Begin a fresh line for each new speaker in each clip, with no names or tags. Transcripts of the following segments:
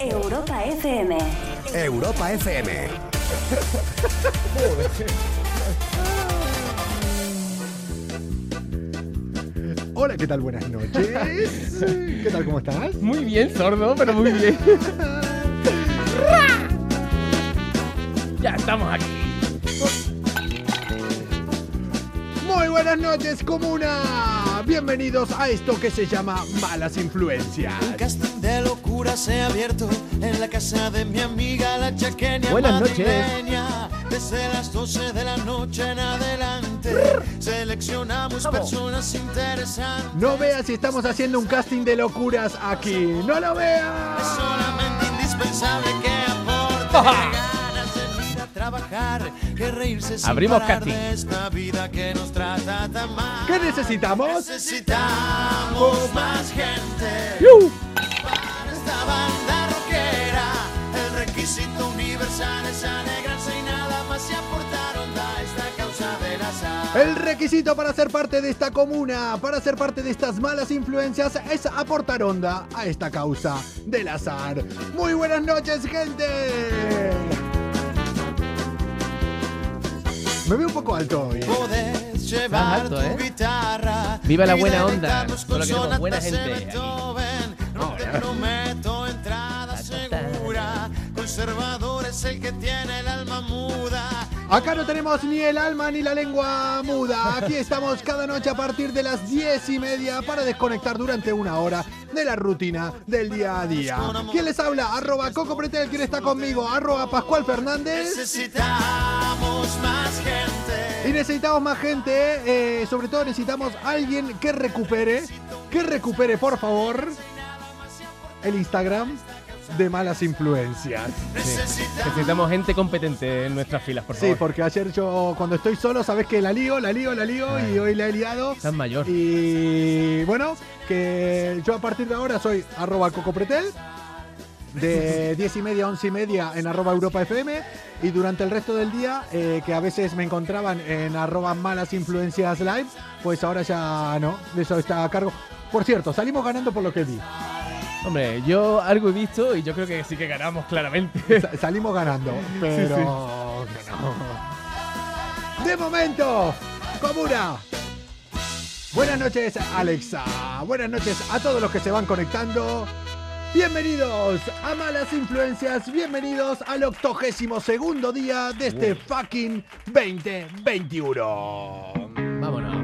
Europa FM.
Europa FM. Hola, ¿qué tal? Buenas noches. ¿Qué tal? ¿Cómo estás?
Muy bien, sordo, pero muy bien. ya estamos aquí.
Muy buenas noches, comuna. Bienvenidos a esto que se llama Malas Influencias.
Un casting de locura se ha abierto en la casa de mi amiga la chaqueña
Buenas noches.
madrileña. Desde las 12 de la noche en adelante seleccionamos personas interesantes.
No veas si estamos haciendo un casting de locuras aquí. ¡No lo
Es
veas!
solamente indispensable que aporte ganas de ir a trabajar, que reírse sin
Abrimos
parar
casting.
de esta vida que nos trata tan mal.
¿Qué necesitamos?
Necesitamos más gente.
¡Yu!
Para esta banda rockera, el requisito universal es alegrarse y nada más se aportar onda a esta causa del azar.
Eh.
El requisito para ser parte de esta comuna, para ser parte de estas malas influencias, es aportar onda a esta causa del azar. Muy buenas noches, gente. Me veo un poco alto hoy. ¿eh?
Podés llevar
Estás alto,
tu
¿eh?
guitarra.
Viva la
y
buena onda.
deleitarnos con
Solo queremos
sonatas
buena
de
gente aquí.
Beethoven. No te prometo entrada segura. Conservador es el que tiene el alma muda.
Acá no tenemos ni el alma ni la lengua muda. Aquí estamos cada noche a partir de las diez y media para desconectar durante una hora de la rutina del día a día. ¿Quién les habla? Arroba Coco Pretel, ¿quién está conmigo? Arroba Pascual Fernández.
Necesitamos más gente.
Y necesitamos más gente, eh, sobre todo necesitamos alguien que recupere, que recupere por favor el Instagram de malas influencias.
Necesitamos
Necesitamos gente competente en nuestras filas, por
Sí,
favor.
porque ayer yo cuando estoy solo, sabes que la lío, la lío, la lío y hoy la he liado.
Estás mayor.
Y bueno, que yo a partir de ahora soy arroba cocopretel. De 10 y media a 11 y media en arroba Europa FM y durante el resto del día, eh, que a veces me encontraban en arroba malas influencias live, pues ahora ya no, eso está a cargo. Por cierto, salimos ganando por lo que vi.
Hombre, yo algo he visto y yo creo que sí que ganamos claramente.
Sa- Salimos ganando, pero no. De momento, comuna. Buenas noches, Alexa. Buenas noches a todos los que se van conectando. Bienvenidos a Malas Influencias. Bienvenidos al octogésimo segundo día de este fucking 2021.
Vámonos.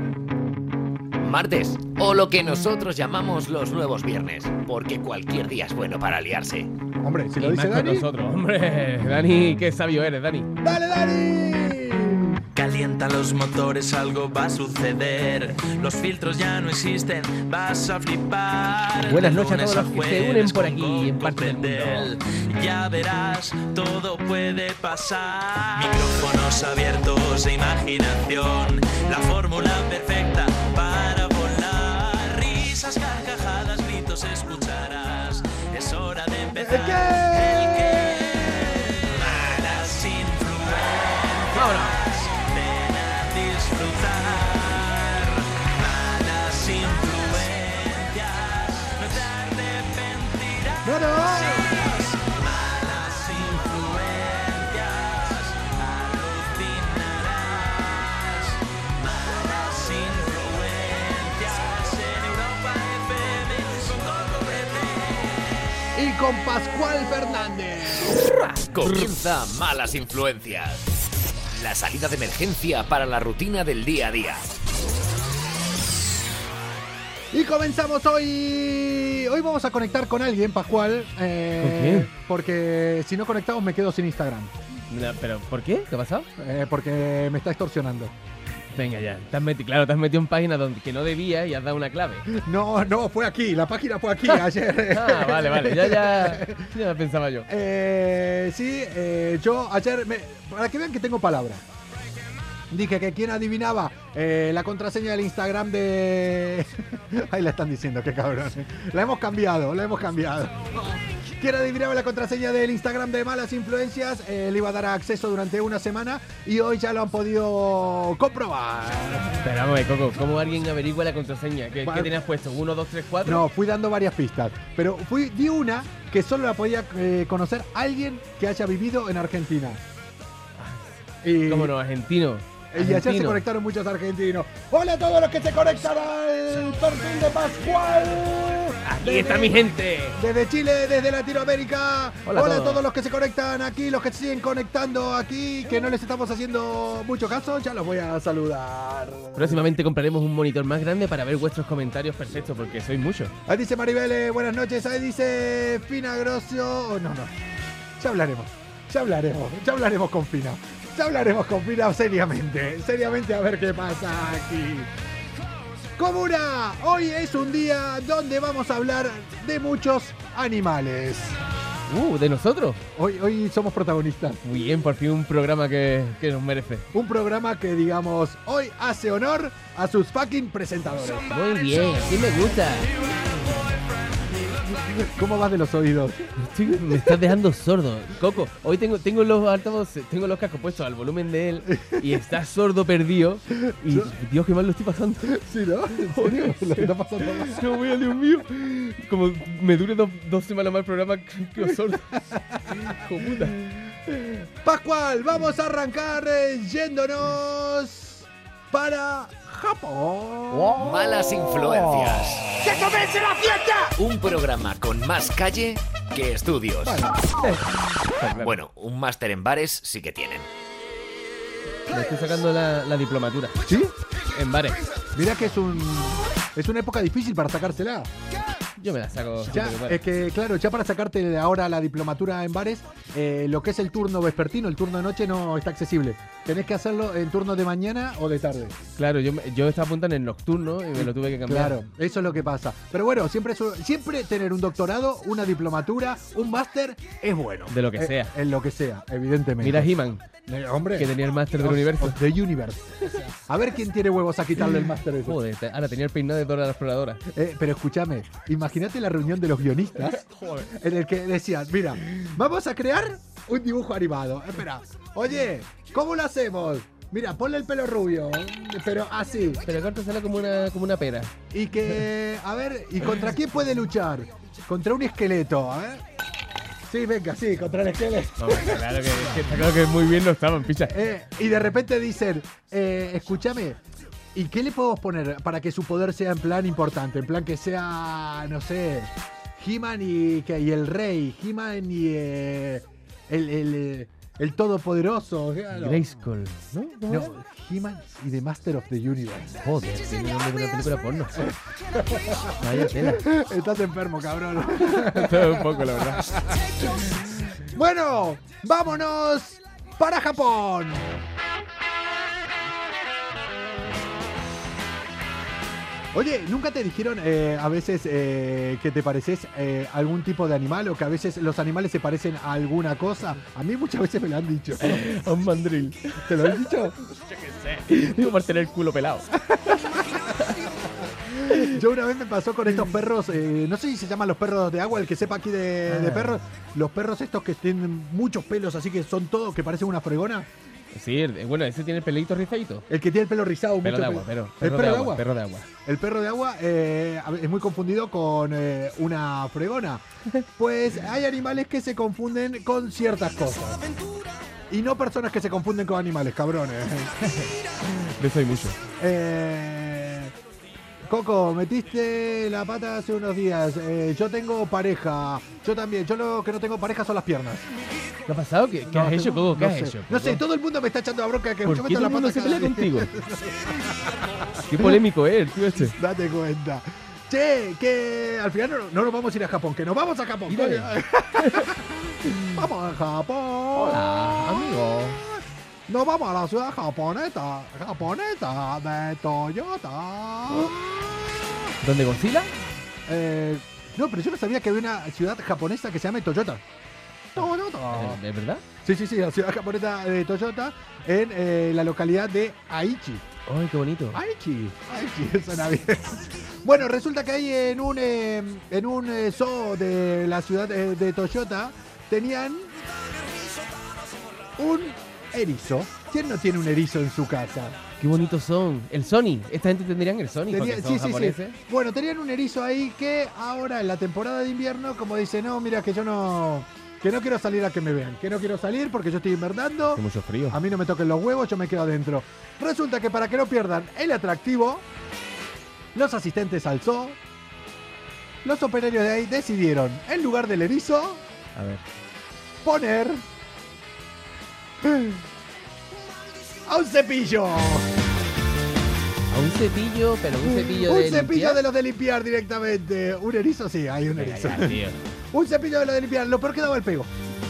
Martes, o lo que nosotros llamamos los nuevos viernes, porque cualquier día es bueno para liarse.
Hombre, si lo
Y más
dice
con
Dani.
nosotros, hombre. Dani, qué sabio eres, Dani.
¡Dale, Dani!
Calienta los motores, algo va a suceder. Los filtros ya no existen, vas a flipar.
Buenas
De
noches a
lunes
todos los que se
jueves
unen por
con
aquí, en
Coco
parte del
Pretel. Ya verás, todo puede pasar. Micrófonos abiertos e imaginación. La fórmula perfecta para volar. Risas, carcajadas, gritos escucharás. Es hora de empezar.
¿El qué?
El qué. Malas influencias. Ven a disfrutar malas influencias. No te arrepentirás.
¡No, no!
Malas influencias. Alucinarás. Malas influencias. En Europa FM con Coco Pretel.
Y con Pascual Fernández.
Comienza Malas Influencias. La salida de emergencia para la rutina del día a día.
Y comenzamos hoy. Hoy vamos a conectar con alguien, Pascual. eh,
¿Con quién?
Porque si no conectamos me quedo sin Instagram.
No, Pero, ¿por qué? ¿Qué ha pasado?
eh, porque me está extorsionando.
Venga ya, te has metido, claro, te has metido en páginas donde que no debías y has dado una clave.
No, no, fue aquí. La página fue aquí ayer.
Ah, vale, vale, ya, ya, ya pensaba yo.
Eh, sí, eh, yo ayer. me- para que vean que tengo palabra. Dije que quien adivinaba eh, la contraseña del Instagram de. Ahí la están diciendo, qué cabrón. La hemos cambiado, la hemos cambiado. Quien adivinaba la contraseña del Instagram de Malas Influencias eh, le iba a dar acceso durante una semana y hoy ya lo han podido comprobar.
Pero vamos a ver, Coco, ¿cómo alguien averigua la contraseña? ¿Qué,
Vale.
qué tenías puesto? ¿1, 2, 3, 4?
No, fui dando varias pistas, pero fui, di una que solo la podía eh, conocer alguien que haya vivido en Argentina. Y,
Ah, ¿Cómo no? Argentino.
Y ayer Eh, se
Argentino.
conectaron muchos argentinos. Hola a todos los que se conectan al perfil de Pascual.
Aquí está mi gente.
Desde Chile, desde Latinoamérica. Hola,
Hola a
a
todos.
todos los que se conectan aquí, los que se siguen conectando aquí, que no les estamos haciendo mucho caso, ya los voy a saludar.
Próximamente compraremos un monitor más grande para ver vuestros comentarios perfectos, porque sois muchos.
Ahí dice Maribel, eh, buenas noches. Ahí dice Fina Grosso. Oh, no, no. Ya hablaremos. Ya hablaremos. Ya hablaremos con Fina. Ya hablaremos con Fina seriamente. Seriamente a ver qué pasa aquí. Comuna, hoy es un día donde vamos a hablar de muchos animales.
Uh, de nosotros.
Hoy, hoy somos protagonistas.
Muy bien, por fin un programa que, que nos merece.
Un programa que, digamos, hoy hace honor a sus fucking presentadores.
Muy bien, así me gusta.
¿Cómo vas de los oídos?
Estoy- me estás dejando sordo. Coco, hoy tengo, tengo los altavoces, tengo los cascos puestos al volumen de él y estás sordo perdido. Y Dios, qué mal lo estoy pasando.
Sí, ¿no? ¿En serio? Lo que está pasando mal.
No voy a Dios mío. Como me dure dos, dos semanas más el programa, qué sordo. Hijo puta.
Pascual, vamos a arrancar eh, yéndonos para Japón.
Malas influencias. ¡Que comience la fiesta! Un programa con más calle que estudios. Bueno, un máster en bares sí que tienen.
Me estoy sacando la, la diplomatura
¿Sí?
en bares.
Mira que es un es una época difícil para sacársela.
Yo me la saco.
Ya,
siempre que pueda.
es que claro, ya para sacarte ahora la diplomatura en bares, eh, lo que es el turno vespertino, el turno de noche no está accesible. Tenés que hacerlo en turno de mañana o de tarde.
Claro, yo, me- yo estaba apuntando en el nocturno y me lo tuve que cambiar.
Claro, eso es lo que pasa. Pero bueno, siempre su- siempre tener un doctorado, una diplomatura, un máster es bueno.
De lo que
Eh,
sea.
En lo que sea, evidentemente.
Mira He-Man,
Eh, hombre.
que tenía el máster del
Of-
universo.
of the universe. A ver quién tiene huevos a quitarle el máster ese.
Joder, te- ahora tenía el peinado de Dora la Exploradora.
Eh, pero escúchame, imagínate la reunión de los guionistas
Joder.
en el que decían, mira, vamos a crear un dibujo animado. Espera, oye, ¿cómo lo hacemos? Mira, ponle el pelo rubio, pero así.
Pero córtasela como una, como una pera.
Y que, a ver, ¿y contra quién puede luchar? Contra un esqueleto, a ver. Sí, venga, sí, contra el esqueleto.
claro que, está claro que muy bien lo estaban, picha.
Eh, y de repente dicen, eh, escúchame, ¿y qué le podemos poner para que su poder sea en plan importante? En plan que sea, no sé, He-Man y, que- y el rey, He-Man y eh, el, el, eh, el todopoderoso. claro. ¿Eh?
Grayskull, ¿no?
No, He-Man y The Master of the Universe.
Joder, tiene el nombre de una película porno. Vaya tela.
Estás enfermo, cabrón.
Todo un poco, la verdad.
bueno, vámonos para Japón. Oye, ¿nunca te dijeron eh, a veces eh, que te pareces eh, algún tipo de animal o que a veces los animales se parecen a alguna cosa? A mí muchas veces me lo han dicho.
A un mandril.
¿Te lo han dicho?
Digo, por tener el culo pelado.
Yo una vez me pasó con estos perros, eh, no sé si se llaman los perros de agua, el que sepa aquí de, de perros, los perros estos que tienen muchos pelos, así que son todos que parecen una fregona.
Sí, el- bueno, ese tiene el pelito rizadito.
El que tiene el pelo rizado,
Perro
mucho
de agua,
pelo.
perro,
el
perro de agua, perro de agua.
El perro de agua eh, a ver, es muy confundido con eh, una fregona. Pues hay animales que se confunden con ciertas cosas. Y no personas que se confunden con animales, cabrones.
De eso hay mucho.
Eh, Coco, metiste la pata hace unos días. Eh, yo tengo pareja. Yo también. Yo lo que no tengo pareja son las piernas.
¿Qué ha pasado? ¿Qué, qué
No,
has
tengo-
hecho, Coco? ¿Qué
no
has
sé.
hecho?
No sé,
Coco?
todo el mundo me está echando la bronca que
¿Por
yo
qué
meto
todo
la
el mundo
pata
se
cada
pelea
vez.
contigo? Qué polémico es el tío este.
Date cuenta. Che, que al final no, no nos vamos a ir a Japón, que nos vamos a Japón.
Mírale.
coño. vamos a Japón. Ah,
Hola, amigo.
Nos vamos a la ciudad japonesa, japonesa de Toyota.
Oh. ¿Dónde Godzilla?
Eh, no, pero yo no sabía que había una ciudad japonesa que se llama Toyota. Toyota.
¿Es es verdad?
Sí, sí, sí, la ciudad japonesa de Toyota en eh, la localidad de Aichi.
¡Ay, qué bonito!
Aichi, Aichi, suena bien. Bueno, resulta que ahí en un, eh, en un eh, zoo de la ciudad eh, de Toyota tenían un erizo. ¿Quién no tiene un erizo en su casa?
¡Qué bonitos son! El Sony. Esta gente tendrían el Sony.
Tenía-
porque son
sí, sí, sí.
japoneses.
Bueno, tenían un erizo ahí que ahora en la temporada de invierno, como dice, no, mira que yo no, que no quiero salir a que me vean, que no quiero salir porque yo estoy invernando,
Hace mucho frío.
a mí no me toquen los huevos, yo me quedo adentro. Resulta que para que no pierdan el atractivo, los asistentes al zoo, los operarios de ahí decidieron, en lugar del erizo,
A ver.
poner a un cepillo.
A un cepillo, pero un cepillo
un
de.
cepillo
limpiar.
de los de limpiar directamente. Un erizo, sí, hay un erizo.
Venga, ya, tío.
Un cepillo de los de limpiar. Lo peor que daba el pego.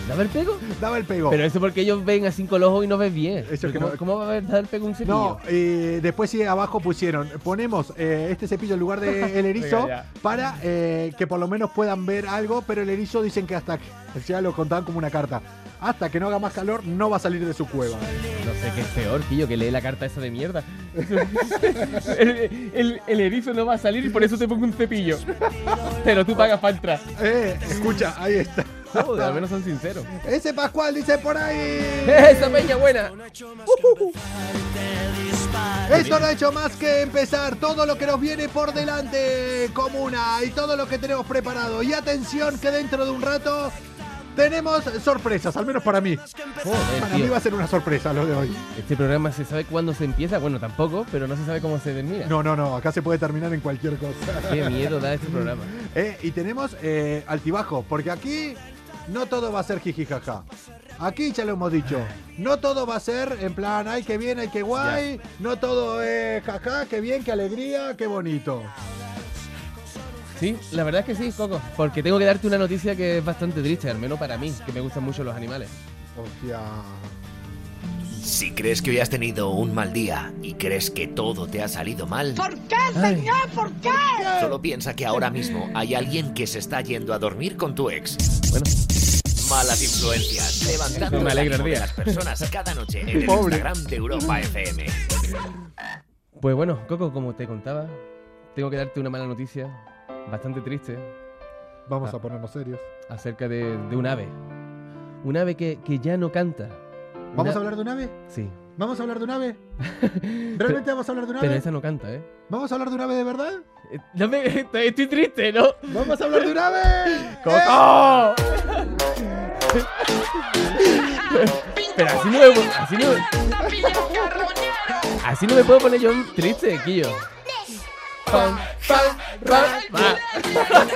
¿Da el pego?
Daba el pego.
Pero eso porque ellos ven así con los ojos y no ven bien.
Eso
Pero
que
¿Cómo,
no-
cómo va a haber dado el pego un cepillo?
no, eh, después sí abajo pusieron, ponemos eh, este cepillo en lugar del erizo
Venga, ya.
para eh, que por lo menos puedan ver algo, pero el erizo dicen que hasta, que- ya lo contaban como una carta, hasta que no haga más calor no va a salir de su cueva.
No sé qué es peor, Quillo, que lee la carta esa de mierda. el, el- el erizo no va a salir y por eso te pongo un cepillo. Pero tú pagas para entrar.
Eh, escucha, ahí está.
Joder, al menos son sinceros.
Ese Pascual dice por ahí.
¡Esa peña buena!
Esto no ha hecho más que empezar todo lo que nos viene por delante, comuna, y todo lo que tenemos preparado. Y atención que dentro de un rato tenemos sorpresas, al menos para mí.
Joder,
Para mí
tío.
va a ser una sorpresa lo de hoy.
Este programa se sabe cuándo se empieza, bueno, tampoco, pero no se sabe cómo se termina.
No, no, no, acá se puede terminar en cualquier cosa.
Qué miedo da este programa.
Eh, y tenemos eh, altibajo, porque aquí no todo va a ser jijijaja. Aquí ya lo hemos dicho. No todo va a ser en plan, ay, qué bien, ay, qué guay. No todo es jaja, qué bien, qué alegría, qué bonito.
Sí, la verdad es que sí, Coco. Porque tengo que darte una noticia que es bastante triste, al menos para mí, que me gustan mucho los animales.
Hostia.
Si crees que hoy has tenido un mal día y crees que todo te ha salido mal,
Ay,
solo piensa que ahora mismo hay alguien que se está yendo a dormir con tu ex.
bueno,
Malas influencias,
Me
levantando el
alegra el
ánimo de
día.
las personas cada noche en el
Pobre.
Instagram de Europa FM.
pues bueno, Coco, como te contaba, tengo que darte una mala noticia, bastante triste,
Vamos
Ah.
a ponernos serios.
acerca de, de un ave. Un ave que, que ya no canta.
¿Vamos a hablar de un ave?
Sí.
¿Vamos a hablar de un ave? ¿Realmente vamos a hablar de un
Pero
ave?
esa no canta, ¿eh?
¿Vamos a hablar de un ave de verdad?
Eh, No me, estoy, estoy triste, ¿no? ¡Oh!
¡Vamos a hablar de un ave!
¡Coco! Pero así no, me, así no Así no me puedo poner yo triste, Quillo. Pam, pam, pam, pam.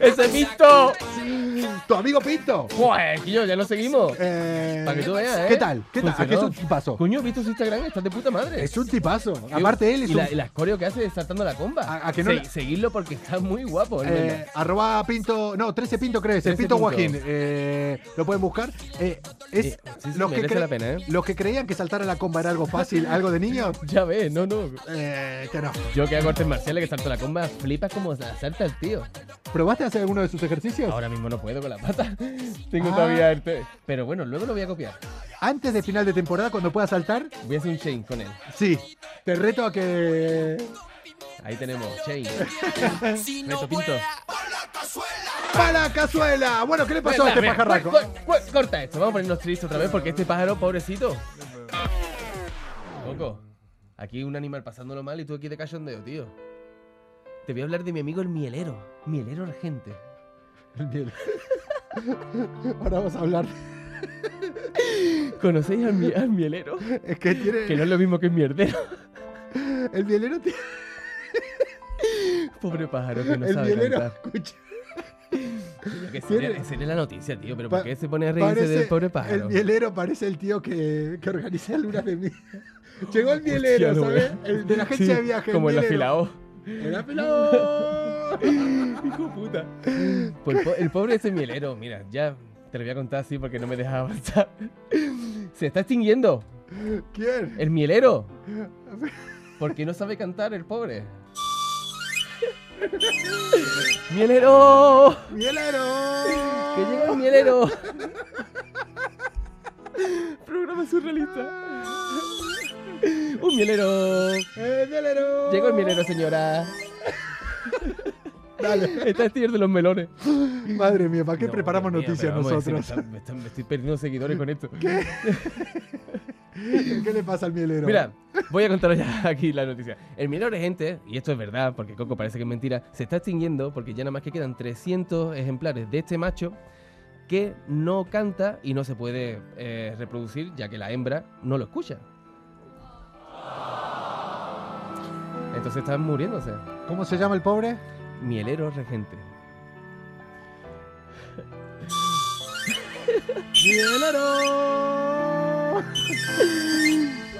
¡Ese pito!
¡Eh! ¡Tu amigo Pinto!
¡Joder, Quillo, ya nos seguimos!
Eh,
Para que tú veas, ¿eh?
¿Qué tal? ¿Qué tal? Aquí es
Funcionó.
un tipazo.
Coño, ¿has visto su Instagram? Estás de puta madre.
Es un tipazo. Aparte él es
y,
un...
la- y las coreo que hace saltando la comba.
A- a que no la-
seguirlo porque está muy guapo. es
eh,
verdad.
arroba Pinto... No, 13 Pinto crees. El
13
Pinto
Pinto.
Guajín. Eh, lo pueden buscar. Eh, es
Eh, sí, sí,
los, que
merece
cre-
la pena, ¿eh?
los que creían que saltar a la comba era algo fácil, algo de niño,
Ya ves, no, no.
eh, que no.
Yo que hago artes marciales que salto la comba, flipas como la salta el tío.
¿Probaste hacer alguno de sus ejercicios?
Ahora mismo no puedo con la pata. Tengo
Ah.
todavía el té. Pero bueno, luego lo voy a copiar.
Antes de final de temporada, cuando pueda saltar,
Voy a hacer un chain con él.
Sí, te reto a que.
Ahí tenemos, chain. Reto pinto.
¡Para cazuela! Bueno, ¿qué le pasó a este
Mira, mira,
pajarraco?
cu- cu- cu- Pues, Corta esto, vamos a ponernos tristes otra vez porque este pájaro, pobrecito. Coco, aquí un animal pasándolo mal y tú aquí de cachondeo, tío. Te voy a hablar de mi amigo el mielero, mielero argente.
El miel. Ahora vamos a hablar.
¿Conocéis al, mi- al mielero?
Es que tiene.
Que no es lo mismo que el mierdero.
El mielero tiene.
Pobre pájaro que no
el
sabe
mielero.
cantar.
Escucha.
Yo que
tiene-
sería, sería la noticia, tío, pero
pa-
¿por qué se pone a reírse del pobre
el
pájaro?
mielero parece el tío que, que organiza el Luna de mí. Llegó el mielero,
Hostia, no,
¿sabes?
weón.
El de la agencia
Sí,
de viaje.
Como el
mielero.
afilado.
El afilado.
Hijo puta. Pues el po- el pobre ese mielero, mira, ya te lo voy a contar así porque no me dejas avanzar. Se está extinguiendo
¿Quién?
el mielero. Porque no sabe cantar el pobre. ¡Mielero!
¡Mielero!
¡Que llega el mielero! Programa surrealista. Un mielero.
¡El mielero!
Llegó el mielero, señora.
Dale.
Está el tío de los melones.
Madre mía, ¿para qué
No,
preparamos
Dios mío,
noticias
pero vamos a decir,
nosotros?
me, están- me están- me estoy perdiendo seguidores con esto. ¿Qué?
¿Qué le pasa al mielero?
Mira, voy a contaros ya aquí la noticia. El menor de gente, y esto es verdad, porque Coco parece que es mentira, se está extinguiendo porque ya nada más que quedan 300 ejemplares de este macho que no canta y no se puede eh, reproducir, ya que la hembra no lo escucha. Entonces están muriéndose.
¿Cómo se llama el pobre?
Mielero regente.
¡Mielero!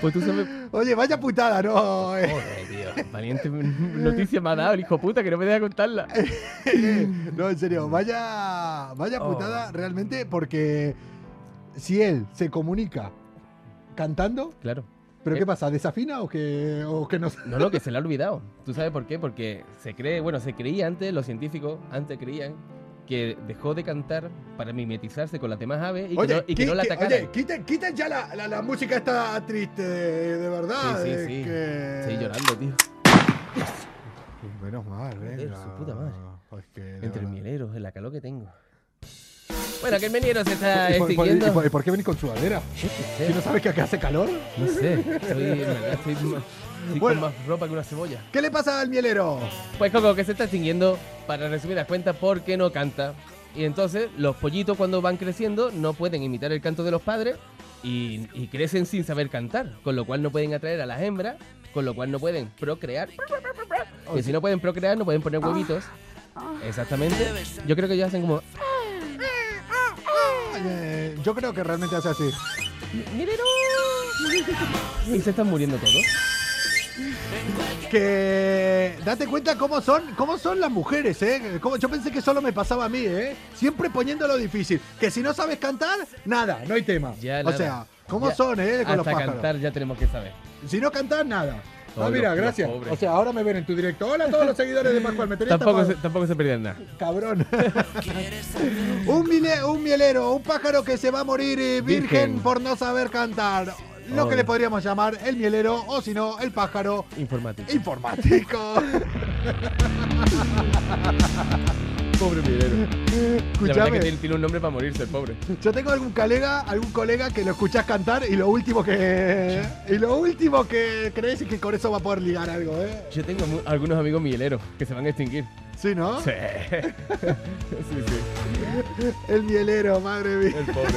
Pues tú sabes.
Oye, vaya putada, no. eh.
Joder, tío. Oh, Valiente noticia me ha dado el hijo puta que no me deja contarla.
No, en serio, vaya, vaya
Oh.
putada realmente porque si él se comunica cantando,
Claro.
¿pero
Eh.
qué pasa? ¿Desafina o que, o que no? se-
No, no, que se le ha olvidado. ¿Tú sabes por qué? Porque se cree, bueno, se creía antes, los científicos antes creían que dejó de cantar para mimetizarse con las demás aves y, que, no, y que
qui-
no la
qui-
atacaran.
oye, quiten, quiten ya la, la- la música esta triste, de verdad.
sí, sí,
eh,
sí.
que-
Estoy llorando, tío.
Menos mal,
Joder,
venga.
su puta madre.
Es que, de
Entre
verdad.
mieleros, en la calor que tengo. Bueno, que el menero se está
¿Y por, por- y
extinguiendo.
por- y por qué venís con sudadera?
Yo qué sé,
¿Que no sabes que acá hace calor?
No sé, estoy, en verdad, estoy, más- estoy
Bueno.
con más ropa que una cebolla.
¿Qué le pasa al mielero?
Pues Coco, que se está extinguiendo, para resumir las cuentas, porque no canta. Y entonces los pollitos cuando van creciendo no pueden imitar el canto de los padres y, y crecen sin saber cantar, con lo cual no pueden atraer a las hembras, con lo cual no pueden procrear. Y si no pueden procrear, no pueden poner huevitos. Exactamente. Yo creo que ellos hacen como...
Eh, yo creo que realmente hace así.
"Mielero". Y se están muriendo todos.
Que date cuenta cómo son, cómo son las mujeres, ¿eh? Cómo- yo pensé que solo me pasaba a mí, ¿eh? Siempre poniéndolo difícil. Que si no sabes cantar, nada, no hay tema.
Ya,
o
nada.
sea, ¿cómo
Ya,
son, eh? Con los
Hasta
pájaros.
cantar ya tenemos que saber.
Si no cantas, nada.
Todos
ah, mira,
los- los
gracias.
pobres.
O sea, ahora me ven en tu directo. Hola a todos los seguidores de Pascual. Me tenías
Tampoco
tapado.
se, tampoco se perdían nada.
Cabrón. un, mile- un mielero, un pájaro que se va a morir eh, virgen,
Virgen.
por no saber cantar. Lo que
Oye.
le podríamos llamar el mielero o si no, el pájaro
Informático.
informático.
Pobre Milero. La verdad
Escuchame,
que tiene- tiene un nombre para morirse, el pobre.
yo tengo algún colega, algún colega que lo escuchás cantar y lo último que y lo último que crees es que con eso va a poder ligar algo, ¿eh?
Yo tengo mu- algunos amigos mieleros que se van a extinguir.
Sí, ¿no?
Sí. sí, sí.
El mielero, madre mía.
El pobre.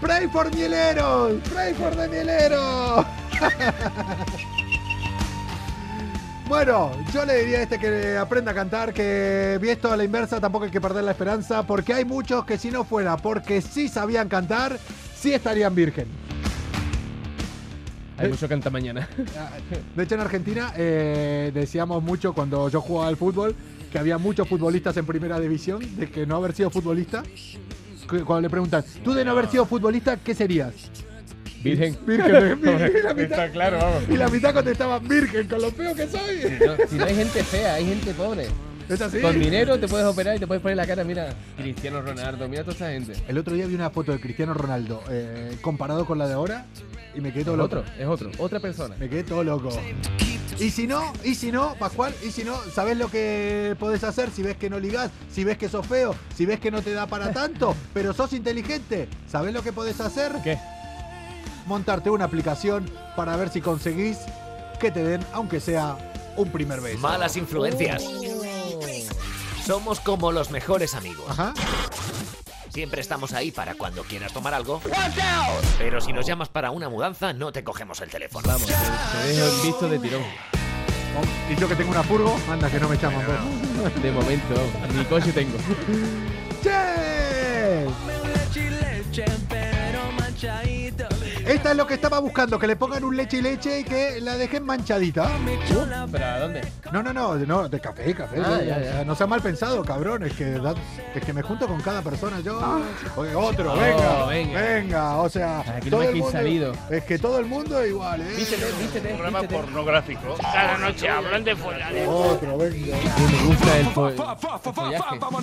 ¡Pray por mieleros! ¡Pray por de mieleros! Bueno, yo le diría a este que aprenda a cantar que vi esto a la inversa, tampoco hay que perder la esperanza, porque hay muchos que si no fuera porque sí sabían cantar, sí estarían virgen.
Hay mucho canta mañana.
De hecho, en Argentina eh, decíamos mucho cuando yo jugaba al fútbol que había muchos futbolistas en primera división, de que no haber sido futbolista. que Cuando le preguntan, tú de no haber sido futbolista, ¿qué serías?
Virgen.
Virgen, virgen, la mitad.
Está claro, vamos.
Y la mitad contestaba virgen, con lo feo que soy.
No, si no hay gente fea, hay gente pobre.
Es así.
Con dinero te puedes operar y te puedes poner la cara, mira, Cristiano Ronaldo, mira toda esa gente.
El otro día vi una foto de Cristiano Ronaldo eh, comparado con la de ahora y me quedé todo loco.
Otro, es otro, otra persona.
Me quedé todo loco. Y si no, y si no, Pascual, y si no, ¿sabés lo que podés hacer si ves que no ligás? Si ves que sos feo, si ves que no te da para tanto, pero sos inteligente. ¿Sabés lo que podés hacer?
¿Qué?
Montarte una aplicación para ver si conseguís que te den, aunque sea un primer beso.
Malas influencias. Somos como los mejores amigos.
Ajá.
Siempre estamos ahí para cuando quieras tomar algo. Pero si nos llamas para una mudanza, no te cogemos el teléfono.
Vamos, te, te dejo en visto de tirón.
Y yo que tengo una furgo, anda que no me llaman. pues.
De momento, vamos. Ni coche tengo.
¡Che! Esta es lo que estaba buscando, que le pongan un leche y leche y que la dejen manchadita.
¿Pero a dónde?
No, no, no, de- no, de café, café.
Ah,
de-
ya,
o sea,
ya.
No sea mal pensado, cabrón. Es que, da- es que me junto con cada persona yo. Oye, otro,
Ah. Oh,
venga, venga.
venga.
o sea,
Aquí no me quis salido.
Es que todo el mundo es igual, ¿eh?
Vístete, vístete,
programa
vístete.
pornográfico. Cada noche hablan de funerales.
Otro, venga.
Que me gusta el, fo- el follaje.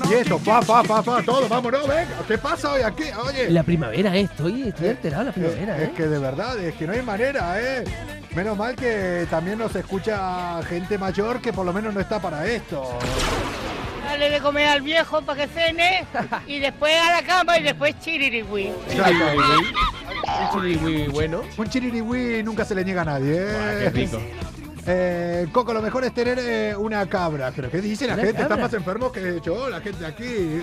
Y esto, pa, pa, pa, pa, todo, vámonos, venga. ¿Qué pasa hoy aquí? Oye.
La primavera, eh, estoy, estoy alterado la primavera,
Es
eh.
que de verdad, es que no hay manera, ¿eh? Menos mal que también nos escucha gente mayor que por lo menos no está para esto.
Dale de comer al viejo para que cene y después a la cama y después chiririwi.
Un chirigüí bueno.
Un chiririwi nunca se le niega a nadie,
Ah, qué
¿eh?
rico.
Eh, Coco, lo mejor es tener eh, una cabra. Pero ¿qué dice la
¿Una
gente? Están
cabra?
más enfermos que yo, la gente aquí.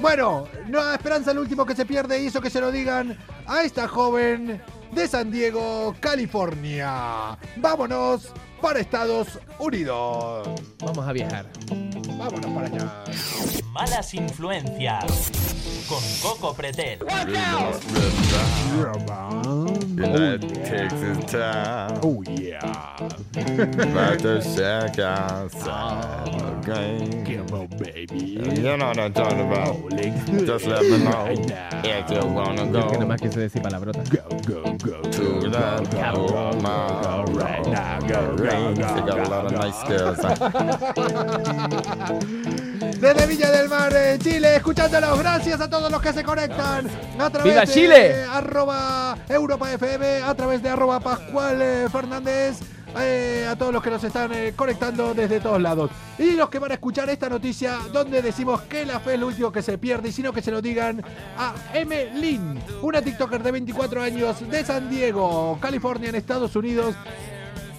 Bueno, no da esperanza el último que se pierde hizo que se lo digan a esta joven de San Diego, California. Vámonos para Estados Unidos.
Vamos a viajar.
Vámonos para allá.
Malas influencias con Coco Pretel.
Oh yeah. Ah. Come on, baby.
You know what I'm talking about. Just let me know if you wanna
Yo creo que
go
nada más que se decir palabrotas.
Go, go, go.
to the Paloma. They got a lot of nice girls.
Desde Villa del Mar, eh, Chile, escuchándolos. Gracias a todos los que se conectan a través
¡Viva
de
Chile!
arroba Europa FM, a través de arroba Pascual eh, Fernández. eh, a todos los que nos están eh, conectando desde todos lados. Y los que van a escuchar esta noticia donde decimos que la fe es lo último que se pierde y sino que se lo digan a M. Lin, una TikToker de 24 años de San Diego, California, en Estados Unidos,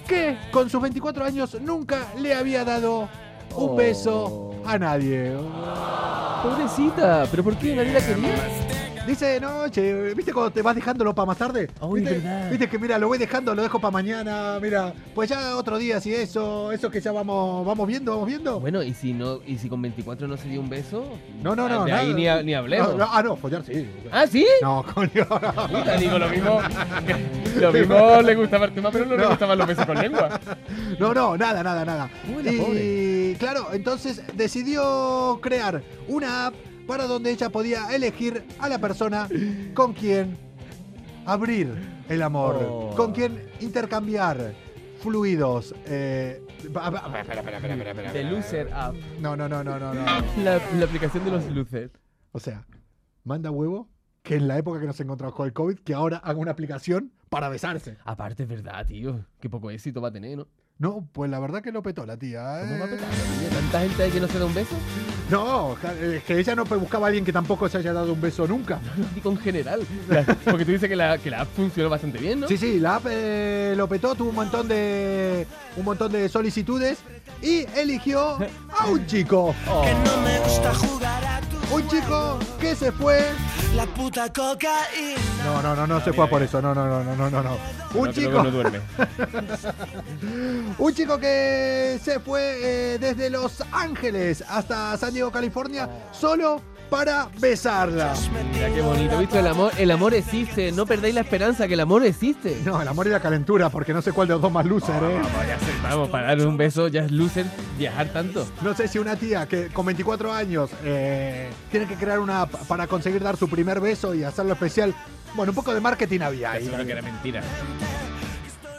que con sus 24 años nunca le había dado un
Oh.
beso a nadie.
Pobrecita, pero ¿por qué nadie la quería?
Dice, no, che, ¿viste cuando te vas dejándolo para más tarde?
Ay,
¿Viste?
verdad.
Viste que mira, lo voy dejando, lo dejo para mañana, mira, pues ya otro día, si eso, eso que ya vamos, vamos viendo, vamos viendo.
Bueno, y si no, y si con 24 no se dio un beso,
no, no, no.
de ahí
nada.
ni, ha- ni hablemos.
No, no, ah, no, follar sí.
¿Ah, sí?
No, coño. no.
Puta, digo, lo mismo. Lo mismo le gustaba el tema, pero no, le
No.
gustaban los besos con lengua.
No, no, nada, nada, nada.
Uy, la
y
pobre.
claro, entonces decidió crear una app para donde ella podía elegir a la persona con quien abrir el amor,
Oh.
con quien intercambiar fluidos. eh, ba- ba- espera, espera, espera, espera, espera,
The
espera.
Loser App.
No, no, no, no, no, no.
La, la aplicación de los losers.
O sea, manda huevo que en la época que nos encontramos con el COVID, que ahora haga una aplicación para besarse.
Aparte, es verdad, tío. Qué poco éxito va a tener, ¿no?
No, pues la verdad que lo petó la tía.
¿Cómo va a petar?
eh.
¿Tanta gente ahí que no se da un beso?
No, es que ella no buscaba a alguien que tampoco se haya dado un beso nunca.
Digo en general. Porque tú dices que la, que la app funcionó bastante bien, ¿no?
Sí, sí, la app eh, lo petó, tuvo un montón de un montón de solicitudes y eligió a un chico,
Oh.
Que no me gusta jugar a tu
un chico que se fue.
La puta cocaína.
No, no, no, no se fue a por eso. No, no, no, no, no, no, no. Un
No, que luego
chico,
no duerme.
un chico que se fue eh, desde Los Ángeles hasta San Diego, California, solo para besarla.
Mira qué bonito, ¿viste? El amor, el amor existe. No perdáis la esperanza que el amor existe.
No, el amor y la calentura, porque no sé cuál de los dos más loser, eh.
Vamos, para darle un beso ya es loser viajar tanto.
No sé si una tía que con 24 años eh, tiene que crear una app para conseguir dar su primer beso y hacerlo especial. Bueno, un poco de marketing había ahí.
Seguro que era mentira.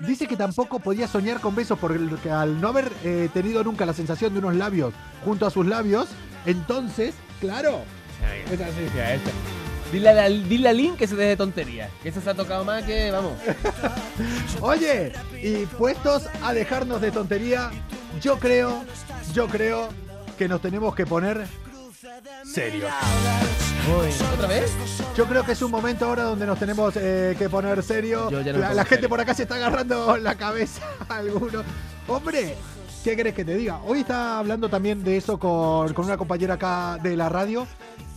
Dice que tampoco podía soñar con besos porque al no haber eh, tenido nunca la sensación de unos labios junto a sus labios, entonces, claro.
Es así, ya esta. Dile a, la- dile a Lin que se deje de tonterías. Que eso se ha tocado más que, vamos.
Oye, y puestos a dejarnos de tontería, yo creo, yo creo que nos tenemos que poner serios.
¿Otra vez?
Yo creo que es un momento ahora donde nos tenemos eh, que poner serio.
Yo ya no me
la
pongo
la gente
serio.
por acá se está agarrando la cabeza a alguno. Hombre, ¿qué crees que te diga? Hoy está hablando también de eso con, con una compañera acá de la radio.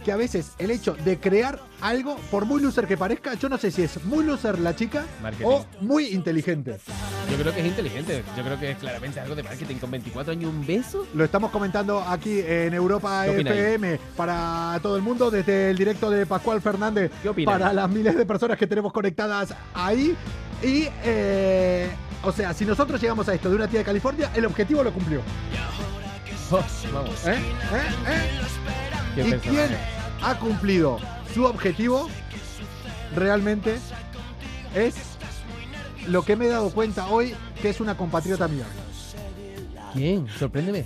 Que a veces el hecho de crear algo, por muy loser que parezca, yo no sé si es muy loser la chica
Marketing.
o muy inteligente.
Yo creo que es inteligente. Yo creo que es claramente algo de marketing. Con 24 años, un beso.
Lo estamos comentando aquí en Europa
¿Qué opináis?
FM para todo el mundo desde el directo de Pascual Fernández
¿Qué opináis?
para las miles de personas que tenemos conectadas ahí. Y, eh, o sea, si nosotros llegamos a esto de una tía de California, el objetivo lo cumplió.
Oh, vamos.
¿Eh? ¿Eh? ¿Eh?
Qué
¿Y
personaje.
quién ha cumplido su objetivo? Realmente es lo que me he dado cuenta hoy que es una compatriota mía.
¿Quién? Sorpréndeme.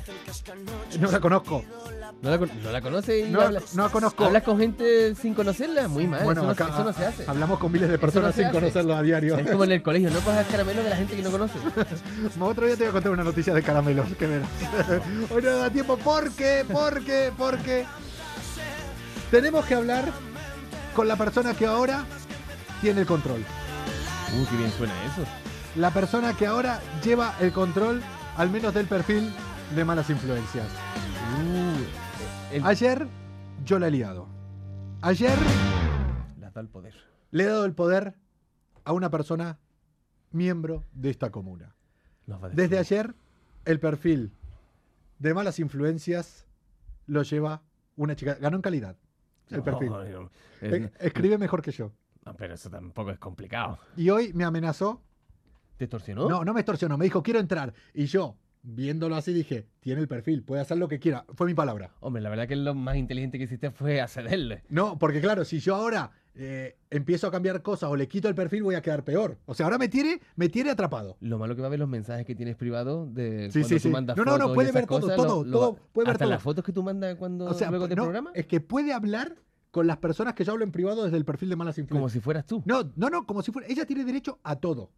No la conozco.
No la, con- no la conoces y
No,
hablas,
no la conozco.
hablas con gente sin conocerla. Muy mal.
bueno,
Eh, eso, no,
acá ah,
eso no se hace.
hablamos con miles de
Eso no
personas
se
sin
hace.
conocerlo a diario.
Es como en el colegio, no cojas caramelo de la gente que no conoces.
Otro día te voy a contar una noticia de caramelos, que verás. Hoy no da tiempo, porque, porque, porque. Tenemos que hablar con la persona que ahora tiene el control.
Uh, qué bien suena eso.
La persona que ahora lleva el control, al menos del perfil de malas influencias.
Uh, el-
Ayer yo la he liado. Ayer
la tal poder.
le he dado el poder a una persona miembro de esta comuna.
Nos va a
Desde
destruir.
ayer, el perfil de malas influencias lo lleva una chica. Ganó en calidad. El
No,
perfil.
no, oh, es-
E- Escribe mejor que yo.
no, pero eso tampoco es complicado.
Y hoy me amenazó.
¿Te torsionó?
No, no me extorsionó. Me dijo, quiero entrar. Y yo, viéndolo así, dije, tiene el perfil, puede hacer lo que quiera. Fue mi palabra.
Hombre, la verdad que lo más inteligente que hiciste fue accederle.
No, porque claro, si yo ahora eh, empiezo a cambiar cosas o le quito el perfil, voy a quedar peor. O sea, ahora me tiene, me tiene atrapado.
Lo malo que va a ver los mensajes que tienes privados de
Sí,
cuando
sí,
tú
sí.
mandas
No, no, no,
fotos y
puede
esas
ver todo,
cosas,
todo, todo, puede ver
hasta
todo.
las fotos que tú mandas cuando
O sea,
luego del
no,
programa,
es que puede hablar con las personas que yo hablo en privado desde el perfil de malas influencias.
como si fueras tú.
No, no, no, como si fuera. Ella tiene derecho a todo.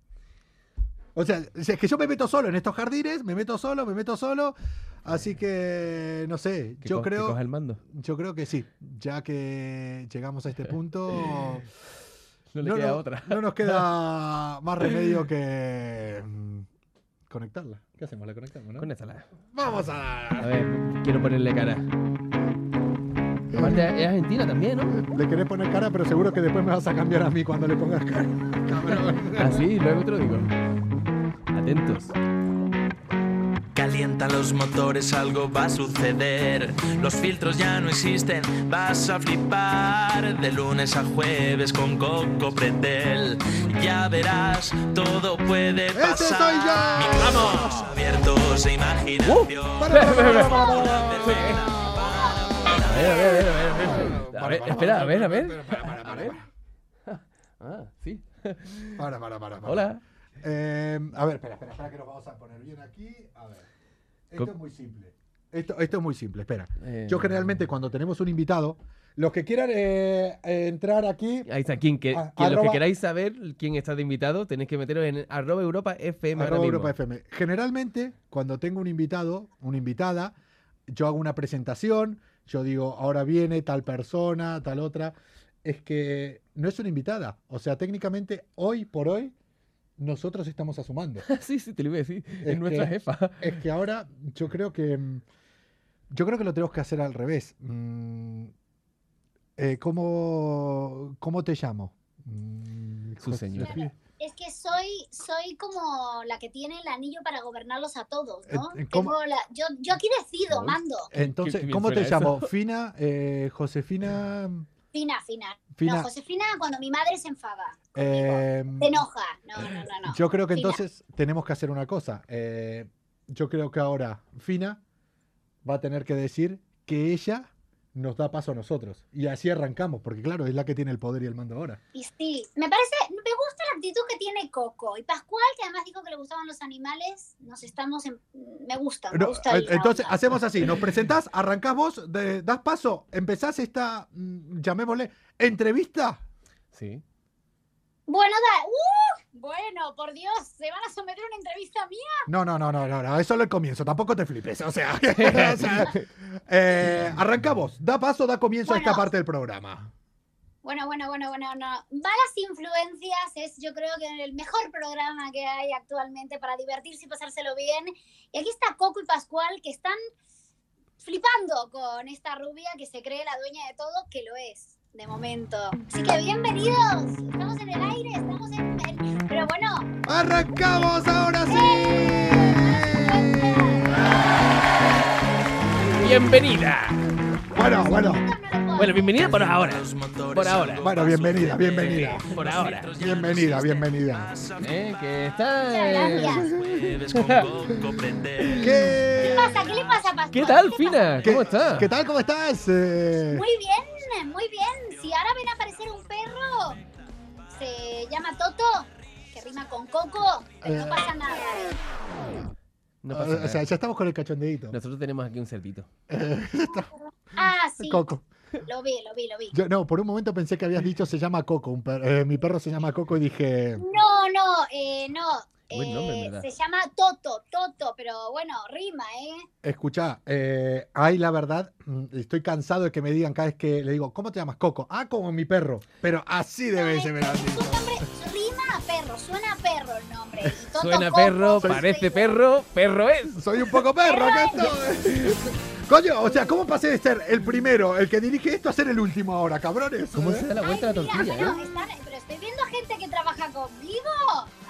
O sea, si es que yo me meto solo en estos jardines, me meto solo, me meto solo. Así que, no sé,
Que
yo
co- que
creo,
coja el mando.
yo creo que sí. Ya que llegamos a este punto,
No le queda
no-
otra.
no nos queda más remedio que mm, conectarla. ¿Qué hacemos? La conectamos, ¿no?
Conéctala.
Vamos a...
A ver, quiero ponerle cara. Aparte, es argentina también, ¿no?
Le querés poner cara, pero seguro que después me vas a cambiar a mí cuando le pongas cara. Cabrón.
Así, Ah, luego te lo digo. Atentos.
Calienta los motores, algo va a suceder. Los filtros ya no existen, vas a flipar. De lunes a jueves con Coco Pretel. Ya verás, todo puede pasar.
¡Ese Este soy yo! Uh,
Micrófonos abiertos e imaginación.
Para, para, para, para, para, para.
A ver, a ver, a ver, a ver. A ver, espera, a ver, a ver.
Para, para, para, para.
Ah, sí.
Para, para, para. para.
Hola.
Eh, a ver, espera, espera, espera, que nos vamos a poner bien aquí. A ver. Esto
Co-
es muy simple. Esto, esto es muy simple, espera.
Eh,
Yo generalmente cuando tenemos un invitado, los que quieran eh, eh, entrar aquí,
Ahí está, quien que,
A-
quien- los que
Ah, arroba-
queráis saber quién está de invitado, tenéis que meteros en arroba Europa FM ahora
arroba
mismo.
Europa FM. Generalmente, cuando tengo un invitado, una invitada, yo hago una presentación, yo digo, ahora viene tal persona, tal otra. Es que no es una invitada. O sea, técnicamente, hoy por hoy, nosotros estamos asumando.
sí, sí, te lo iba a decir. Es,
Es
nuestra
que-
jefa.
Es que ahora yo creo que mm, yo creo que lo tenemos que hacer al revés. Mm, eh, ¿cómo, cómo te llamo? Mm,
Su
José-
señor.
Es que soy, soy como la que tiene el anillo para gobernarlos a todos, ¿no?
Eh, eh, ¿cómo?
Tengo la- yo, yo aquí decido,
Uy.
mando.
Entonces,
qué bien
¿cómo te
suena eso.
llamo? Fina, eh, Josefina, mm,
Fina, fina.
Fina.
No, Josefina, cuando mi madre se enfada,
eh,
se enoja. No, no, no, no.
yo creo que
Fina.
entonces tenemos que hacer una cosa. Eh, yo creo que ahora Fina va a tener que decir que ella nos da paso a nosotros. Y así arrancamos, porque claro, es la que tiene el poder y el mando ahora.
Y sí, me parece, me gusta la actitud que tiene Coco. Y Pascual, que además dijo que le gustaban los animales, nos estamos en- me gusta, me
No,
gusta.
en-
la
entonces
onda.
hacemos así, nos presentás, arrancás vos, de- das paso, empezás esta, mm, llamémosle, entrevista.
Sí.
Bueno, da, ¡uh! bueno, por Dios, se van a someter a una entrevista mía.
No, no, no, no, no, no, es solo el comienzo, tampoco te flipes, o sea, o sea, eh, arranca vos, da paso, da comienzo a esta
Bueno.
parte del programa.
Bueno, bueno, bueno, bueno, no. Malas influencias es yo creo que el mejor programa que hay actualmente para divertirse y pasárselo bien. Y aquí está Coco y Pascual que están flipando con esta rubia que se cree la dueña de todo, que lo es, de momento. Así que bienvenidos, estamos en el aire, estamos en... en- Pero bueno,
¡Arrancamos ahora sí!
Bienvenida.
Bueno,
esto no lo
bueno,
puedo
Bueno,
hacer.
bienvenida por ahora.
Los motores,
Por ahora.
algo
bueno,
va a
bienvenida,
suceder.
bienvenida.
Por ahora.
Bienvenida, bienvenida.
Eh, que está.
Muchas gracias.
Jueves con Coco Pretel.
¿Qué,
¿Qué pasa? ¿Qué le pasa a Pascual?
¿Qué tal,
le
Fina?
pasa?
qué-
¿Cómo está?
¿Qué tal? ¿Cómo estás? Eh,
Muy bien, muy bien. Si ahora ven a aparecer un perro, se llama Toto, que rima con Coco,
Eh,
pero no pasa nada.
No pasa
o sea,
nada.
ya estamos con el cachondeito.
Nosotros tenemos aquí un cerdito.
Ah, sí.
Coco.
Lo vi, lo vi, lo vi.
Yo, no, por un momento pensé que habías dicho se llama Coco. un per- eh, mi perro se llama Coco y dije.
No, no, eh, no.
Buen nombre,
eh,
en verdad.
se llama Toto, Toto, pero bueno, rima, ¿eh?
Escuchá, eh, ay, la verdad, mm, estoy cansado de que me digan cada vez que le digo, ¿cómo te llamas Coco? Ah, como mi perro. Pero así de veces me lo han dicho.
Su nombre rima a perro, suena a perro el nombre. Y Toto
Suena
Coco,
perro,
soy-
parece perro, perro es.
Soy un poco perro, acá estoy. Coño, o sea, ¿cómo pasé de ser el primero, el que dirige esto, a ser el último ahora, cabrones?
¿Cómo
Eh,
se da la
Ay,
vuelta a la
mira,
tortilla, eh?
bueno, están- pero estoy viendo gente que trabaja conmigo,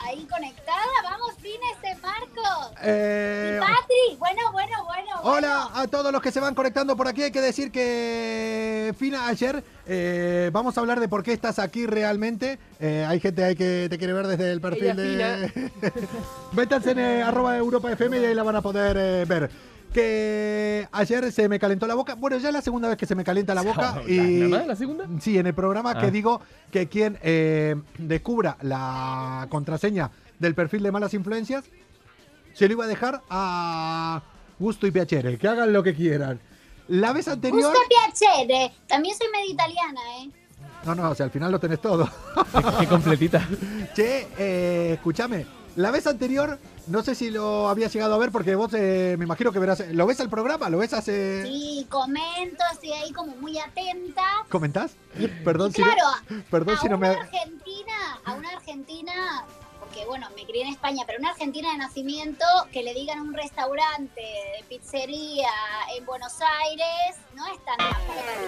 ahí conectada. Vamos, este fines de Marcos.
eh,
Patrick, bueno, bueno, bueno.
Hola
bueno.
a todos los que se van conectando por aquí. Hay que decir que, Fina, ayer eh, vamos a hablar de por qué estás aquí realmente. Eh, hay gente ahí que te quiere ver desde el perfil
Ella
de... Métanse en eh, arroba Europa FM y ahí la van a poder eh, ver. Que ayer se me calentó la boca. Bueno, ya es la segunda vez que se me calienta la boca. y...
¿Nada más la segunda?
Sí, en el programa
Ah.
que digo que quien eh, descubra la contraseña del perfil de malas influencias, se lo iba a dejar a gusto y piacere, que hagan lo que quieran. La vez anterior...
Gusto Piacere. También soy medio italiana, ¿eh?
No, no, o sea, al final lo tenés todo.
Qué completita.
Che, eh, escúchame, la vez anterior, no sé si lo habías llegado a ver porque vos eh, me imagino que verás... ¿Lo ves al programa? ¿Lo ves hace...?
Sí, comento, estoy ahí como muy atenta.
¿Comentás? Perdón,
Y
si no-
claro,
perdón
a
si no
una
me...
argentina, a una argentina, porque bueno, me crié en España, pero una argentina de nacimiento que le digan un restaurante, de pizzería en Buenos Aires, no es tan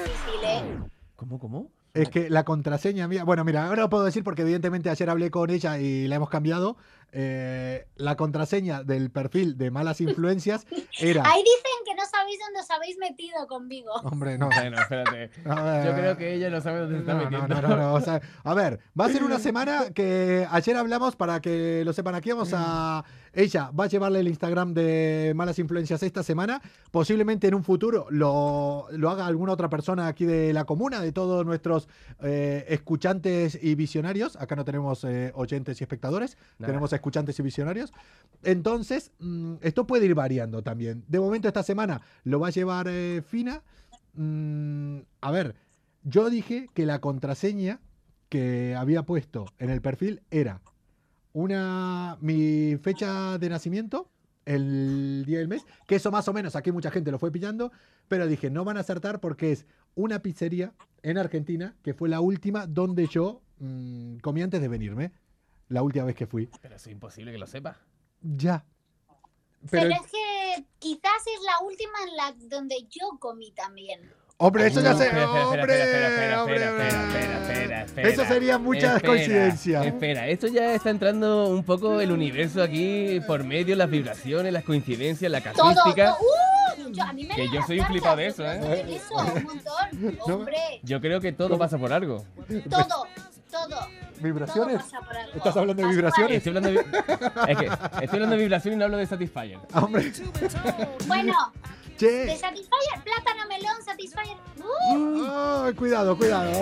difícil, ¿eh?
¿Cómo, cómo?
Es que la contraseña mía, bueno, mira, ahora lo puedo decir porque evidentemente ayer hablé con ella y la hemos cambiado. Eh, la contraseña del perfil de malas influencias era...
Ahí dicen que no sabéis dónde os habéis metido conmigo.
Hombre, no.
Bueno, espérate. Yo creo que ella no sabe dónde se está
No, no,
metiendo.
no, no, no, o sea, a ver, va a ser una semana que ayer hablamos para que lo sepan aquí. Vamos a. Ella va a llevarle el Instagram de Malas Influencias esta semana. Posiblemente en un futuro lo, lo haga alguna otra persona aquí de la comuna, de todos nuestros eh, escuchantes y visionarios. Acá no tenemos eh, oyentes y espectadores,
Nada.
tenemos escuchantes y visionarios. Entonces, mm, esto puede ir variando también. De momento, esta semana lo va a llevar eh, Fina. Mm, a ver, yo dije que la contraseña que había puesto en el perfil era una mi fecha de nacimiento, el día del mes, que eso más o menos aquí mucha gente lo fue pillando, pero dije, no van a acertar porque es una pizzería en Argentina, que fue la última donde yo mm, comí antes de venirme, la última vez que fui.
Pero es imposible que lo sepa.
Ya.
Pero,
Pero,
es que quizás es la última en la donde yo comí también.
hombre, eso ya
Uh,
sé.
espera, espera,
Hombre,
espera, espera,
hombre,
espera, espera,
hombre.
espera, espera, espera.
Eso sería muchas
Espera,
coincidencias.
Espera, esto ya está entrando un poco el universo aquí por medio, las vibraciones, las coincidencias, la
Todo,
casuística.
todo. ¡Uh! Yo, a mí me
Que
dan
yo
las
soy un
cartas,
flipado de eso,
yo
¿eh?
soy de Eso, eh. un montón. Hombre,
Yo creo que todo pasa por algo.
todo, todo.
¿Vibraciones?
Todo pasa por algo.
¿Estás hablando de
Pasa por
vibraciones?
Estoy hablando de, es que estoy hablando de vibración y no hablo de Satisfyer.
Ah, Hombre,
algo. Bueno, de
che.
Satisfyer, plátano, melón, Satisfyer. ¡Uh!
Ay, cuidado, cuidado.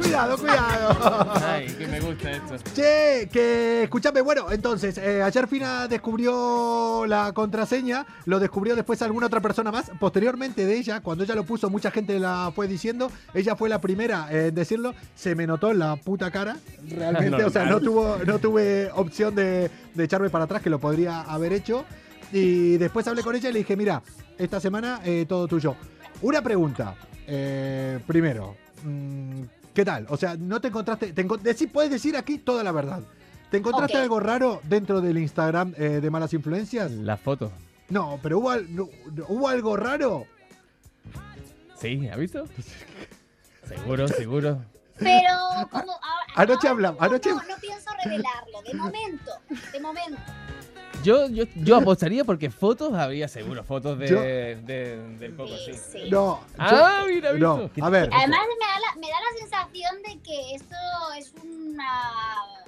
cuidado, cuidado.
Ay, que me gusta esto.
Che, que escúchame, bueno, entonces, eh, ayer Fina descubrió la contraseña, lo descubrió después alguna otra persona más, posteriormente de ella, cuando ella lo puso, mucha gente la fue diciendo, ella fue la primera en decirlo, se me notó en la puta cara, realmente, o sea, no,
Normal.
tuvo, no tuve opción de, de echarme para atrás, que lo podría haber hecho, y después hablé con ella y le dije, mira, esta semana eh, todo tuyo. Una pregunta, eh, primero, mm, ¿qué tal? O sea, no te encontraste, te encon- decí- puedes decir aquí toda la verdad. ¿Te encontraste
Ok.
algo raro dentro del Instagram eh, de Malas Influencias?
La foto.
No, pero hubo, al- no- no- hubo algo raro.
Sí, ¿has visto? Seguro, seguro.
Pero como ahora,
Anoche
ahora
hablamos,
mismo
anoche-
Ah, No, no pienso revelarlo, de momento, de momento.
Yo, yo, yo apostaría porque fotos habría seguro, fotos de,
Yo-
de- del coco,
Sí,
sí.
sí.
No.
Ah, mira,
yo-
visto.
no, a ver.
Además me da, la, me da la sensación de que esto es una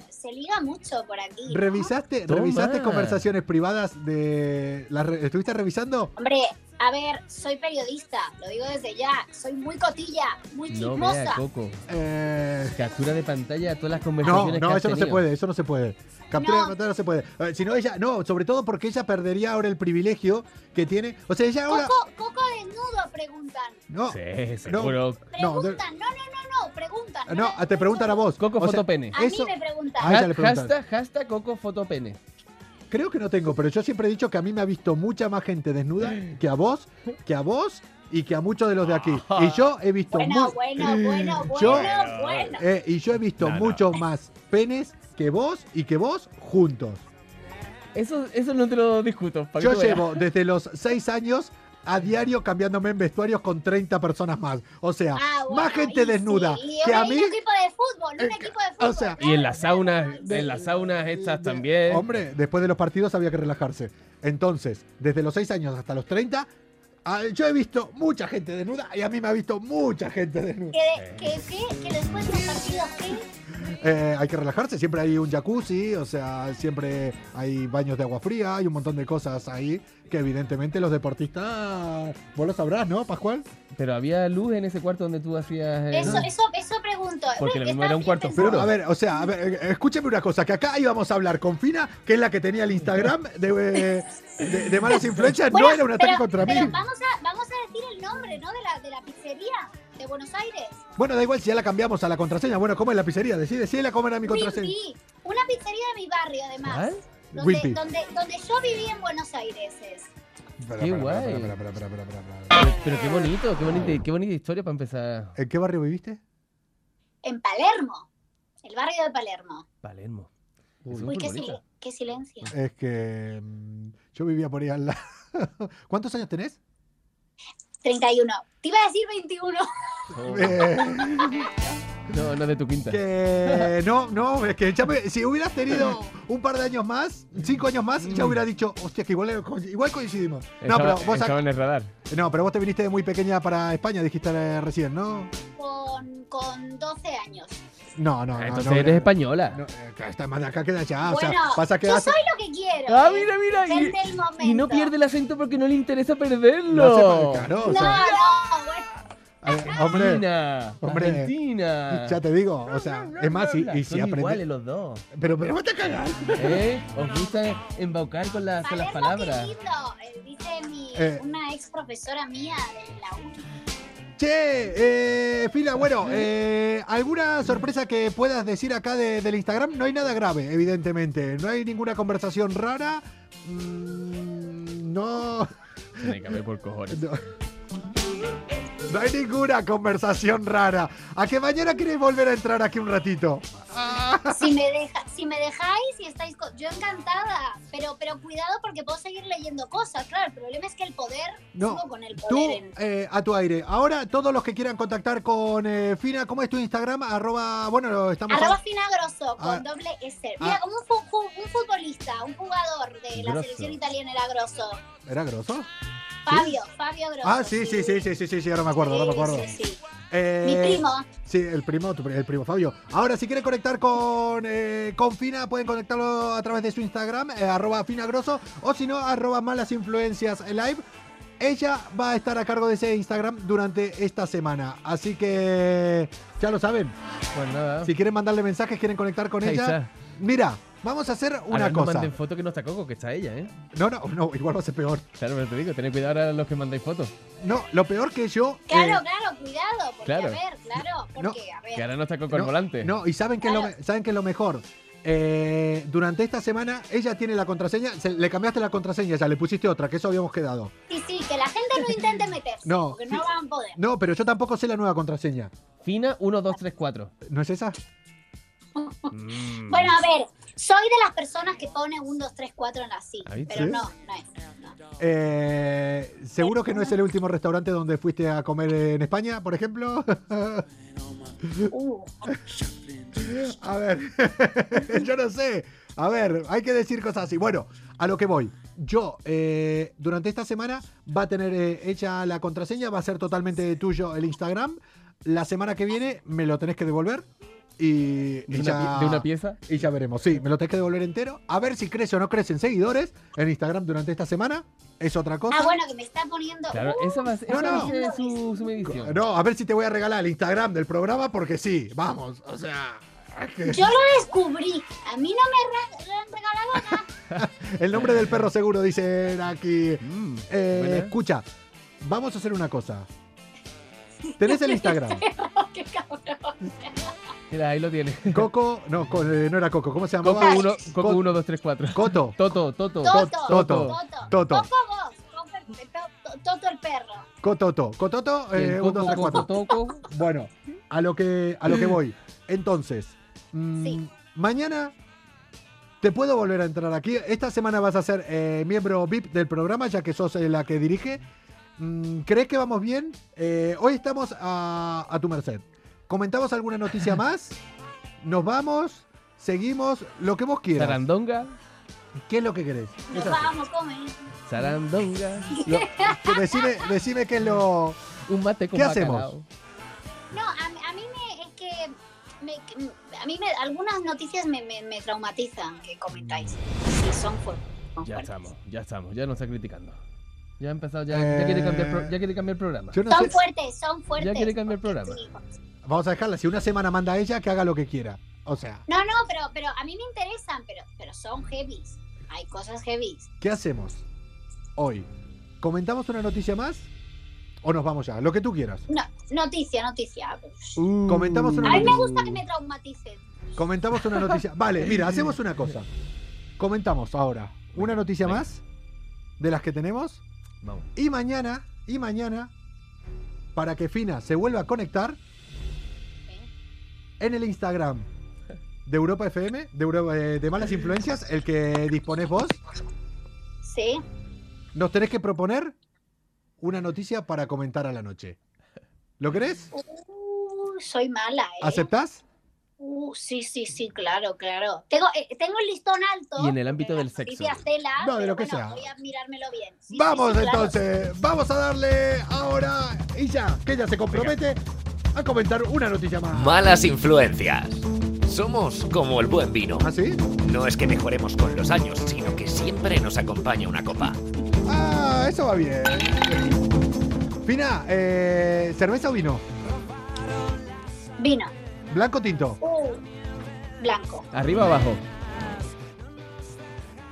se liga mucho por aquí. ¿no?
¿Revisaste,
Toma.
¿revisaste conversaciones privadas de. las re- ¿Estuviste revisando?
Hombre, a ver, soy periodista, lo digo desde ya, soy muy cotilla, muy
No vea,
chismosa.
Coco.
Eh,
Captura de pantalla a todas las
No,
conversaciones que
no,
has
eso no se
tenido.
puede, eso no se puede. Captura
No.
de pantalla no se puede. Eh, sino ella, no, sobre todo porque ella perdería ahora el privilegio que tiene. O sea, ella ahora.
Coco, Coco desnudo, preguntan.
No,
Sí, seguro.
No, de-
Preguntan, no, no, no, no, preguntan.
no, ah, te preguntan a vos.
Coco
O sea,
Fotopene.
A
eso-
mí me preguntan.
Ah, ya le
Ha-
preguntaron.
hashtag, hashtag Coco Fotopene.
Creo que no tengo, pero yo siempre he dicho que a mí me ha visto mucha más gente desnuda que a vos, que a vos y que a muchos de los de aquí. Y yo he visto
Bueno,
mu-
bueno, bueno, bueno,
eh, Yo-
bueno.
eh, y yo he visto
No, no.
muchos más penes que vos y que vos juntos.
Eso, eso no te lo discuto. para que
Yo
tú veas.
llevo desde los 6 años a diario cambiándome en vestuarios con 30 personas más. O sea,
Ah, bueno,
más gente
ahí
desnuda
sí. Y
que a
un- y
mí. eh,
Un equipo de fútbol, un equipo de fútbol.
o sea,
Y en las
claro,
saunas,
claro.
en las saunas estas
de-
también.
Hombre, después de los partidos había que relajarse. Entonces, desde los 6 años hasta los 30, ah, yo he visto mucha gente desnuda y a mí me ha visto mucha gente desnuda.
Que, de- que, que, que después de los partidos, ¿qué?
Eh, hay que relajarse, siempre hay un jacuzzi, o sea, siempre hay baños de agua fría, hay un montón de cosas ahí que evidentemente los deportistas, vos lo sabrás, ¿no, Pascual?
Pero había luz en ese cuarto donde tú hacías. eh,
Eso, eso, eso pregunto.
Porque lo
lo
mismo era un cuarto
Pero a ver, o sea, a ver, eh, escúchame una cosa, que acá íbamos a hablar con Fina, que es la que tenía el Instagram de, eh, de- de malas influencias, no era un ataque contra mí.
pero Vamos a, vamos a decir el nombre, ¿no? De la, de la pizzería de Buenos Aires.
Bueno, da igual si ya la cambiamos a la contraseña. Bueno, ¿cómo es la pizzería? Decí, decíla cómo era mi contraseña.
Wimpy. Una pizzería de mi barrio, además.
¿Cuál?
Donde,
Wimpy.
donde, donde yo viví en Buenos Aires. Es.
Espera,
Qué
espera,
guay.
espera, espera, espera, espera, espera, espera, espera.
Pero, pero qué bonito, qué bonita, qué bonita historia para empezar.
¿En qué barrio viviste?
En Palermo. El barrio de Palermo.
Palermo.
Uy.
Es
Uy,
muy
qué,
bonita.
sil- qué silencio.
Es que mm, yo vivía por ahí al lado. ¿Cuántos años tenés?
31. Te iba a decir 21.
Eh,
No, no es de tu quinta.
que no, no, es que ya me- si hubieras tenido un par de años más, cinco años más, ya hubiera dicho, hostia, que igual, igual coincidimos. No, pero
Estaba-
vos,
estaba
ac-
en el radar.
no, pero vos te viniste de muy pequeña para España, dijiste eh, recién, ¿no?
Con, con 12 años.
No, no, no.
Ah, entonces
no,
eres
no,
española.
no, eh, está más de acá que de allá. o
bueno,
sea, pasa que
yo
hace-
soy lo que quiero.
Ah,
¿eh?
mira, mira. Y,
Depende del momento.
y no pierde el acento porque no le interesa perderlo.
No hace falta, ¿no? O
No,
sea,
no, bueno.
eh, hombre,
Argentina.
Hombre.
Argentina.
ya te digo, o sea, es más, y, y si
Son iguales
aprendes.
los dos.
Pero, pero vos te cagás.
¿Eh? Os gusta embaucar con, las- con las
Palermo,
palabras.
Qué lindo, eh, dice mi,
Eh.
una ex profesora mía de la U.
Che, eh, Fila, bueno, eh, ¿alguna sorpresa que puedas decir acá de- del Instagram? No hay nada grave, evidentemente. No hay ninguna conversación rara. Mm, no.
Tiene que haber por cojones.
No. No hay ninguna conversación rara. ¿A que mañana querés volver a entrar aquí un ratito?
Si me, deja, si me dejáis y estáis. co- Yo encantada, pero, pero cuidado porque puedo seguir leyendo cosas. Claro, el problema es que el poder.
No,
sigo con el
Tú,
poder. en-
eh, a tu aire. Ahora, todos los que quieran contactar con eh, Fina, ¿cómo es tu Instagram? Arroba, bueno, estamos...
Arroba Finagroso con
Ah.
doble S. Mira,
Ah.
como un, fu- ju- un futbolista, un jugador de la
Grosso.
selección italiana era Grosso.
¿Era grosso?
Fabio, Fabio Grosso.
Ah, sí, sí, sí, sí, sí, sí, sí, ahora me acuerdo, ahora me acuerdo.
Sí, sí, sí.
Eh,
Mi primo.
Sí, el primo, tu pri- el primo Fabio. Ahora, si quieren conectar con, eh, con Fina, pueden conectarlo a través de su Instagram, eh, arroba finagrosso, o si no, arroba malas influencias live. Ella va a estar a cargo de ese Instagram durante esta semana. Así que ya lo saben.
Pues nada.
Si quieren mandarle mensajes, quieren conectar con
Ahí
ella.
está.
Mira, vamos a hacer una
Ahora no
cosa.
manden foto que no está Coco, que está ella, ¿eh?
No, no, no, igual va a ser peor.
Claro, pero te digo, tened cuidado ahora los que mandáis fotos.
Pues
No, lo peor que yo.
Claro,
eh,
claro, cuidado. Porque,
claro.
a ver, claro. Porque, a ver.
Que ahora no está Coco al
No,
volante.
No, y saben que es lo, me- saben que es lo mejor. Eh, durante esta semana ella tiene la contraseña, se- le cambiaste la contraseña, ya le pusiste otra, que eso habíamos quedado.
Sí, sí, que la gente no intente meterse,
No,
porque no van a poder.
No, pero yo tampoco sé la nueva contraseña.
Fina 1, 2, 3, 4.
¿No es esa?
Mm.
Bueno, a ver, soy de las personas que pone 1, 2, 3, 4 en la sí,
Ahí
pero
sí.
no, no es. no.
Eh, Seguro que no es el último restaurante donde fuiste a comer en España, por ejemplo.
Uh,
A ver, yo no sé. A ver, hay que decir cosas así. Bueno, a lo que voy. Yo, eh, durante esta semana, va a tener eh, hecha la contraseña, va a ser totalmente tuyo el Instagram. La semana que viene me lo tenés que devolver. y, y
¿De una,
ya,
pi- de una pieza?
y ya veremos. Sí, me lo tenés que devolver entero. A ver si crece o no crecen seguidores en Instagram durante esta semana. Es otra cosa.
Ah, bueno, que me está poniendo.
Claro,
Uh,
esa va, a ser-
No,
esa va a
no.
ser su, su medición.
No, a ver si te voy a regalar el Instagram del programa porque sí, vamos. O sea, que-
Yo lo descubrí. A mí no me re- re- han regalado nada.
el nombre del perro seguro, dicen aquí.
Mm,
Eh,
buena, ¿eh?
escucha, vamos a hacer una cosa. Tenés el Instagram.
Qué cabrón.
Mira, ahí lo tiene.
Coco, no, co- eh, no era Coco, ¿cómo se
Coco
llamaba?
Ay.
1, Coco
Co-
1, 2, 3, 4.
Coto.
Toto, Toto.
Toto.
Toto.
Toto.
Toto.
Coco vos. Coco el- to- to- Toto el perro.
Cototo. Cototo,
Y el
eh, un, dos, tres,
Coco,
cuatro.
Coco, Toco.
Bueno, a lo que, a lo que voy. Entonces, mm,
Sí.
mañana te puedo volver a entrar aquí. Esta semana vas a ser eh, miembro VIP del programa, ya que sos eh, la que dirige. Mm, ¿Crees que vamos bien? Eh, hoy estamos a, a tu merced. ¿Comentamos alguna noticia más? ¿Nos vamos? ¿Seguimos? Lo que vos quieras.
Sarandonga.
¿Qué es lo que querés?
Nos
Es así.
vamos, come.
Sarandonga.
Lo- que decime, decime qué es lo...
Un mate con
¿Qué hacemos?
bacalao.
No, a, a mí me, es que. me- que- a mí me, algunas noticias me, me, me traumatizan que comentáis. Sí, son fu- son
Ya
fuertes.
estamos, ya estamos, ya nos está criticando. Ya ha empezado, ya, ya,
Eh,
quiere, cambiar, pro- ya quiere cambiar el programa.
Yo no
Son
sé-
fuertes, son fuertes.
quiere cambiar el
porque
programa.
sí.
Vamos a dejarla. Si una semana manda ella, que haga lo que quiera. O sea,
No, no, pero, pero a mí me interesan, pero, pero son heavies. Hay cosas heavies.
¿qué hacemos hoy? ¿Comentamos una noticia más? ¿O nos vamos ya? Lo que tú quieras.
No, noticia, noticia.
Comentamos una
A mí me
noticia.
gusta que me traumaticen.
Comentamos una noticia. Vale, mira, hacemos una cosa. Comentamos ahora una noticia más de las que tenemos.
Vamos.
Y mañana, y mañana, para que Fina se vuelva a conectar
¿Eh?
en el Instagram de Europa FM, de, Europa- eh, de Malas Influencias, el que disponés vos.
Sí.
Nos tenés que proponer una noticia para comentar a la noche. ¿Lo querés?
Uh, soy mala, ¿eh?
¿Aceptás?
Uh, sí, sí, sí, claro, claro. Tengo, eh, tengo el listón alto.
Y en el ámbito del sexo.
No, de
de
lo que sea.
Ah, Voy a mirármelo bien. Sí, sí,
Vamos
sí, claro.
entonces, vamos a darle ahora y ya, que ella se compromete a comentar una noticia más.
Malas influencias. Somos como el buen vino.
¿Ah, sí?
No es que mejoremos con los años, sino que siempre nos acompaña una copa.
Ah, eso va bien. Fina, eh, ¿cerveza o vino?
Vino.
¿Blanco o tinto?
Uh, blanco.
Arriba o abajo.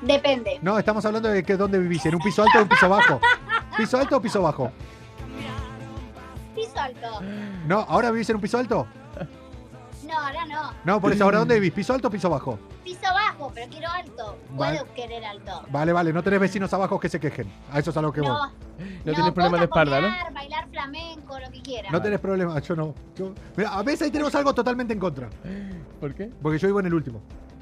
Depende.
No, estamos hablando de que dónde vivís, ¿en un piso alto o un piso bajo? ¿Piso alto o piso bajo?
Piso alto.
No, ¿ahora vivís en un piso alto?
No, ahora no.
No, por eso, ¿ahora dónde vivís? ¿Piso alto o piso bajo?
Piso bajo, pero quiero alto. Puedo
Vale.
querer alto.
Vale, vale, no tenés vecinos abajo que se quejen. A eso es a lo que voy.
No,
No, tienes problema de
puedo
espalda, ¿no?
taponear, Bailar flamenco, lo que quiera.
No tenés problema, yo no. Yo- Mira, a veces ahí tenemos algo totalmente en contra.
¿Por qué?
Porque yo vivo en el último.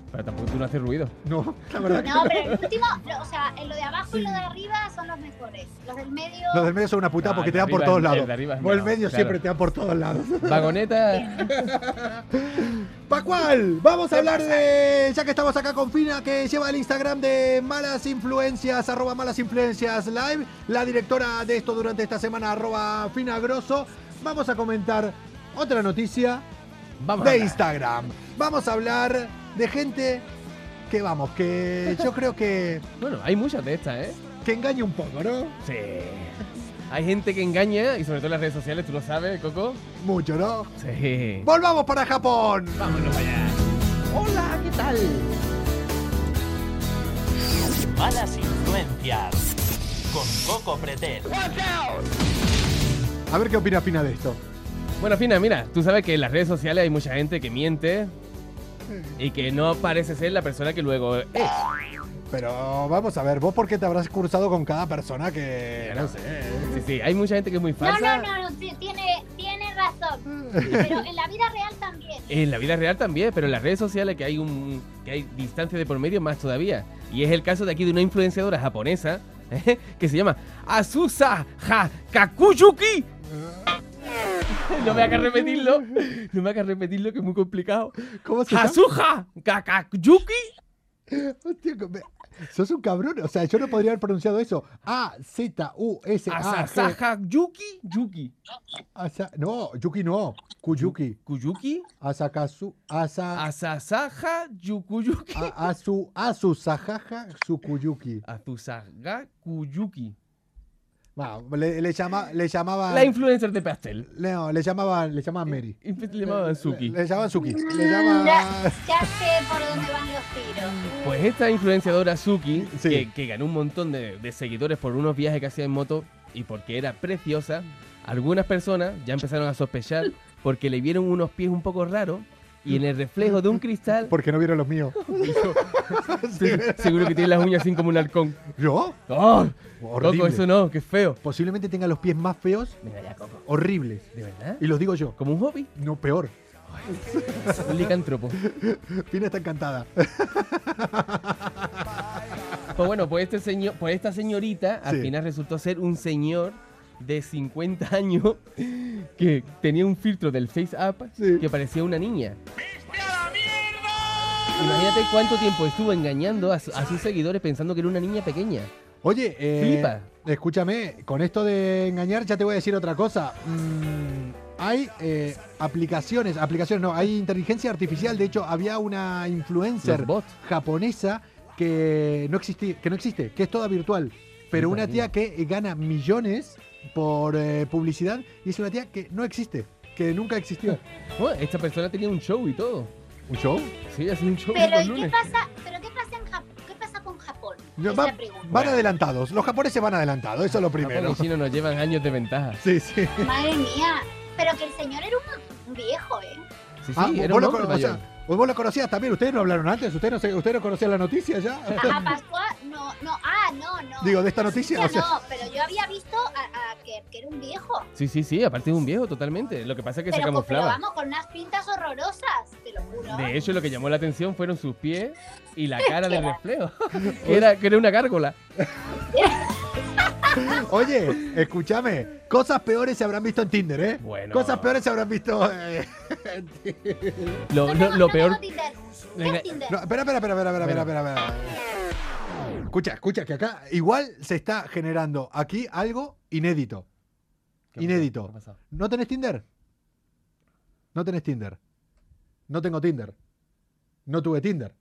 Pero tampoco tú no haces ruido.
No, la verdad que
No, pero el último, lo- o sea, en lo de abajo y lo de arriba son los mejores. Los del medio.
Los del medio son una puta
No,
porque
el
te
de
dan por
arriba
todos
es-
lados.
el de arriba es
Vos el
menos,
medio
claro.
siempre te dan por todos lados.
Vagoneta.
Pascual, vamos a hablar de. Ya que estamos acá con Fina, que lleva el Instagram de Malas Influencias, arroba Malas Influencias Live. La directora de esto durante esta semana, arroba Fina Grosso. Vamos a comentar otra noticia
Vamos. a
de
hablar.
Instagram. Vamos a hablar de gente que, vamos, que yo creo que,
Bueno, hay muchas de estas, ¿eh?
que engaña un poco, ¿no?
Sí. Hay gente que engaña, y sobre todo en las redes sociales, tú lo sabes, Coco.
Mucho, ¿no?
Sí.
Volvamos para Japón.
Vámonos allá.
Hola, ¿qué tal?
Malas influencias. Con Coco Pretel.
A ver qué opina Fina de esto.
Bueno, Fina, mira, tú sabes que en las redes sociales hay mucha gente que miente y que no parece ser la persona que luego es.
Pero vamos a ver, vos por qué te habrás cursado con cada persona que.
Ya no sé. Sí, sí, hay mucha gente que es muy
No,
falsa.
no, no, no, sí, tiene, tiene razón. Pero en la vida real también.
En la vida real también, pero en las redes sociales que hay un que hay distancia de por medio más todavía. Y es el caso de aquí de una influenciadora japonesa que se llama Azusa Ha Kakuyuki. No me hagas repetirlo, no me hagas repetirlo que es muy complicado.
¿Cómo se llama?
Azusa Kakuyuki.
Hostia, que me- Sos un cabrón. O sea, yo no podría haber pronunciado eso. A, Z, U, S, A. G.
Asasaja Yuki. Yuki.
Asa- No, Yuki no. Kuyuki.
Kuyuki.
Asakasu. Asa.
Asasaja Yukuyuki.
a- Asu. Asu. Sajaja. Sukuyuki.
Azusaga Kuyuki.
Va, le, le llama, le llamaba.
La influencer de pastel.
le- no, le llamaban, le llamaban Mary.
Y Le llamaban Suki.
Le, le llamaban Suki. Le
Mm, ya,
llamaban.
ya sé por dónde van los tiros.
Pues esta influenciadora Suki,
Sí.
que, que ganó un montón de, de seguidores por unos viajes que hacía en moto y porque era preciosa, algunas personas ya empezaron a sospechar porque le vieron unos pies un poco raros y en el reflejo de un cristal,
Porque no vieron los míos.
seguro que tiene las uñas así como un halcón.
¿Yo?
¡Oh!
Horrible.
Coco, eso no, qué feo.
Posiblemente tenga los pies más feos,
Mira ya, Coco.
horribles.
¿De verdad?
Y los digo yo.
Como un hobby,
No, peor.
un licántropo.
Pina está encantada.
Pues bueno, pues, este señor, pues esta señorita al
Sí.
final resultó ser un señor de 50 años que tenía un filtro del Face Up
Sí.
que parecía una niña. Imagínate cuánto tiempo estuvo engañando a, su- a sus seguidores pensando que era una niña pequeña.
Oye, eh,
Flipa.
escúchame, con esto de engañar ya te voy a decir otra cosa. Mm, hay eh, aplicaciones, aplicaciones no, hay inteligencia artificial. De hecho, había una influencer
Los bots.
japonesa que no, existi- que no existe, que es toda virtual. Pero una tía que gana millones por eh, publicidad y es una tía que no existe, que nunca existió.
Bueno, Oh, esta persona tenía un show y todo.
¿Un show?
Sí, hacía un show
Pero
los
¿y qué
lunes.
pasa? ¿Pero qué pasa en Japón? ¿Qué pasa con Japón?
No,
Es
va-
la pregunta.
van adelantados, los japoneses van adelantados, eso es lo
Japón
primero.
y China nos llevan años de ventaja.
Sí, sí.
Madre mía. Pero que el señor era un, un viejo, ¿eh?
Sí, sí,
Ah,
era
vos,
un
lo,
hombre
cono- o sea,
mayor.
vos lo conocías también, ustedes no hablaron antes, ustedes no, se- ustedes no conocían la noticia ya.
A, a Pascual, no, no, ah, no, no.
Digo, de esta noticia,
Ya
o sea-
no, pero yo había visto a, a que, que era un viejo.
Sí, sí, sí, aparte de un viejo totalmente. Lo que pasa es que se
Pero, co- pero
camuflaba.
vamos, con unas pintas horrorosas, te lo juro.
De hecho, lo que llamó la atención fueron sus pies y la cara del reflejo. Que era, que era una gárgola.
Oye, escúchame, cosas peores se habrán visto en Tinder, ¿eh?
Bueno.
Cosas peores se habrán visto. eh.
Lo,
No
lo-
tengo-
lo
no
peor.
tengo Tinder. ¿Qué
Venga,
es Tinder?
No, espera, espera, espera, espera, espera,
Bueno.
espera, espera. Escucha, escucha, que acá igual se está generando aquí algo inédito.
¿Qué ha pasado?
Inédito.
¿Qué ha pasado?
¿No tenés Tinder? No tenés Tinder. No tengo Tinder. No tuve Tinder.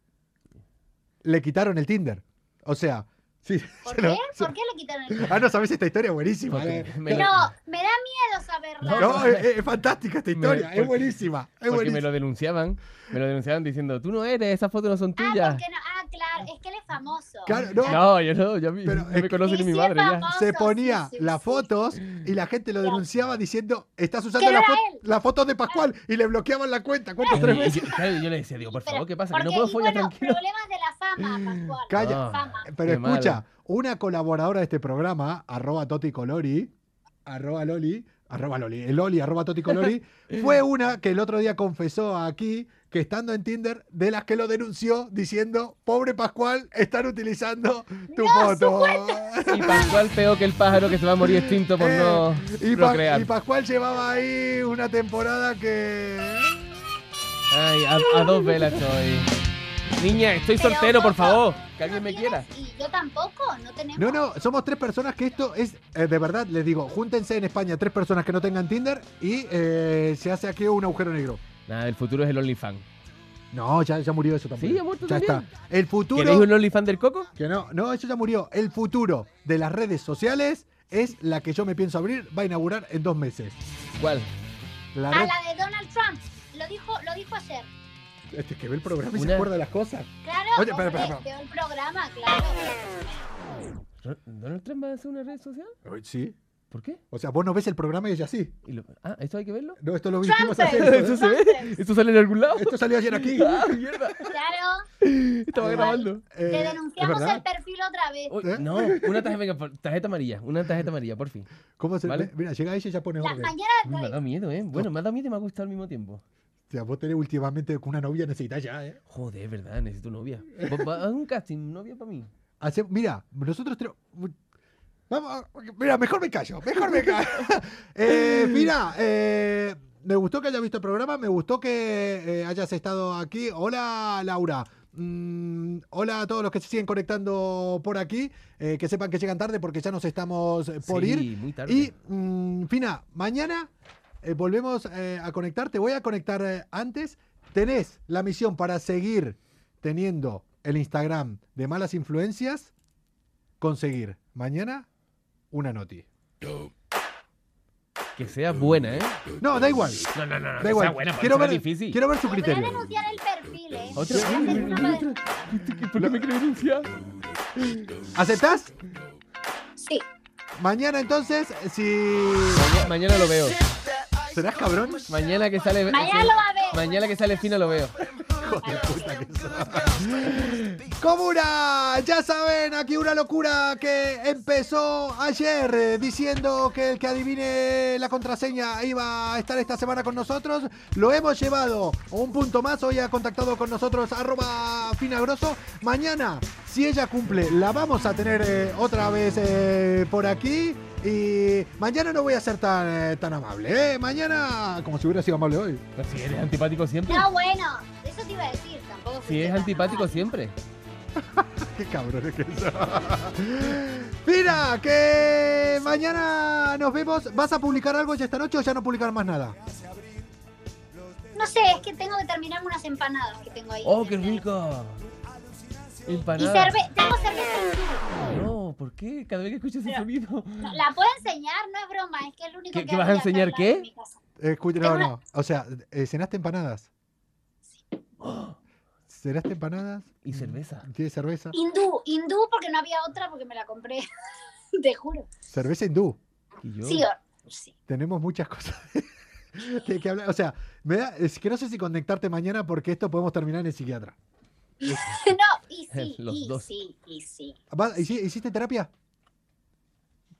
Le quitaron el Tinder. O sea, sí.
¿Por
se lo-
qué?
se-
¿Por qué le quitaron el Tinder?
Ah, no, sabés esta historia buenísima.
Porque
eh.
me lo-
No, me da miedo saberla.
No, es, es fantástica esta historia,
porque-
es buenísima. Es
porque me
buenísima.
lo denunciaban. Me lo denunciaban diciendo, tú no eres, esas fotos no son
Ah,
tuyas.
porque no. Ah, claro, es que él es famoso.
Claro, no,
No, yo no, yo a mí-
Pero
no
es
me
que-
conoce ni
Sí,
mi
sí,
madre ya.
papá.
se
sí,
ponía
sí,
las
sí.
fotos y la gente lo denunciaba diciendo, estás usando
Que no
la
era Ah.
fo- las fotos de Pascual y le bloqueaban la cuenta. ¿Cuántas
Y-
tres
y
veces?
yo, claro, yo le decía, digo, por
Espera,
favor, ¿qué pasa? Que no
porque-
puedo
y
follar
bueno,
tranquilo.
problemas de la fama, Pascual.
Ah.
Calla.
Fama.
Pero
Qué
escucha,
malo.
una colaboradora de este programa, arroba Toti Colori, arroba Loli, arroba Loli, el Loli, arroba Toti Colori, fue una que el otro día confesó aquí que estando en Tinder, de las que lo denunció diciendo, pobre Pascual, están utilizando tu foto.
Y Pascual peor que el pájaro que se va a morir extinto por
Eh,
no
y, Pa-
procrear.
y Pascual llevaba ahí una temporada que...
Ay, a, a dos velas estoy. Niña, estoy
Pero,
soltero, por
Coco,
favor. Que
¿tú
alguien
no
me quiera.
tienes? Y yo tampoco, no tenemos.
No, no, somos tres personas que esto es, eh, de verdad, les digo, júntense en España tres personas que no tengan Tinder y eh, se hace aquí un agujero negro.
Nada, el futuro es el OnlyFans.
No, ya, ya murió eso también.
Sí, ha muerto
Ya
también.
está. El
¿Queréis
futuro.
un OnlyFans del coco?
Que no, no, eso ya murió. El futuro de las redes sociales es la que yo me pienso abrir, va a inaugurar en dos meses.
¿Cuál?
La
A
red.
la de Donald Trump. Lo dijo, lo dijo ayer.
Este que ve el programa y se
Una-
acuerda de las cosas.
Claro,
Oye, espera,
hombre,
espera, espera.
veo el programa, claro.
¿Donald Trump va a hacer una red social?
Ay, Sí.
¿Por qué?
O sea, vos no ves el programa y ella sí.
Y lo- Ah, ¿esto hay que verlo?
No, esto lo dijimos
Trumpers.
ayer.
¿Esto se ve? ¿Esto sale en algún lado?
Esto salió ayer aquí.
¡Ah, mierda!
Claro,
Estaba
Ay.
grabando.
Eh,
le
¿es
denunciamos
verdad?
el perfil otra vez.
Uy,
¿Eh?
No, una tarjeta, venga, por- tarjeta amarilla. Una tarjeta amarilla, por fin.
¿Cómo se-
¿Vale?
Mira, llega ella y ya pone
La
orden.
mañana
Me ha dado miedo, ¿eh? Bueno, me ha dado miedo y me ha gustado al mismo tiempo.
O sea, vos tenés últimamente con una novia necesitas ya, ¿eh?
Joder, verdad, necesito novia. Va- va- Haz un casting, novia para mí.
Hace- mira, nosotros tenemos. Vamos, a- mira, mejor me callo, mejor me callo. Eh, mira, eh, me gustó que hayas visto el programa, me gustó que eh, hayas estado aquí. Hola, Laura. Mm, hola a todos los que se siguen conectando por aquí. eh, que sepan que llegan tarde porque ya nos estamos eh, por
Sí,
ir.
muy tarde.
Y mm, Fina, mañana eh, volvemos eh, a conectar. Te voy a conectar eh, antes. Tenés la misión para seguir teniendo el Instagram de malas influencias. Conseguir mañana una noti.
Que sea buena, ¿eh?
No, da igual.
No, no, no, no.
Da
que
igual.
sea buena, porque
quiero,
será
ver,
difícil.
quiero ver su
Voy a
criterio.
denunciar el perfil, ¿eh?
¿Otra?
Voy a hacer una de-
¿Por qué me quiere denunciar?
¿Aceptás?
Sí.
Mañana entonces, si...
Mañana lo veo.
¿Serás cabrón?
Mañana que sale.
Mañana lo va a ver.
Mañana que sale fino lo veo.
Comuna, ya saben, aquí una locura que empezó ayer eh, diciendo que el que adivine la contraseña iba a estar esta semana con nosotros. Lo hemos llevado a un punto más. Hoy ha contactado con nosotros arroba finagroso. Mañana, si ella cumple, la vamos a tener eh, otra vez eh, por aquí. Y mañana no voy a ser tan, eh, tan amable. ¿eh? Mañana, como si hubiera sido amable hoy.
Pero si eres antipático siempre.
No, bueno, eso te iba a decir, tampoco. fui
Si es
tan
antipático
amable.
siempre.
Qué cabrones que son. Mira, que mañana nos vemos. ¿Vas a publicar algo ya esta noche o ya no publicar más nada?
No sé, es que tengo que terminarme unas empanadas que tengo ahí.
¡Oh, qué rico!
Y
Empanada.
cerve tengo cerveza en frío.
No, ¿por qué? Cada vez que escucho ese
Pero-
sonido.
No, La puedo enseñar, no es broma, es que es lo único
¿Qué-
que
qué vas
hago de
a
acá
enseñar,
en la-
qué?
en mi casa.
Escucha, no,
Tengo
no. O sea, eh, ¿cenaste empanadas? ¿Cenaste empanadas? Mm,
Y cerveza.
¿Tiene cerveza?
Mm.
Hindú, hindú porque no había otra porque me la compré, te juro.
Cerveza hindú.
Y yo.
Sí, o- sí.
Tenemos muchas cosas de que hablar. O sea, me da- es que no sé si conectarte mañana porque esto podemos terminar en el psiquiatra.
No, y sí,
Los
y
dos.
sí, y sí.
¿Vas- hici- ¿Hiciste terapia?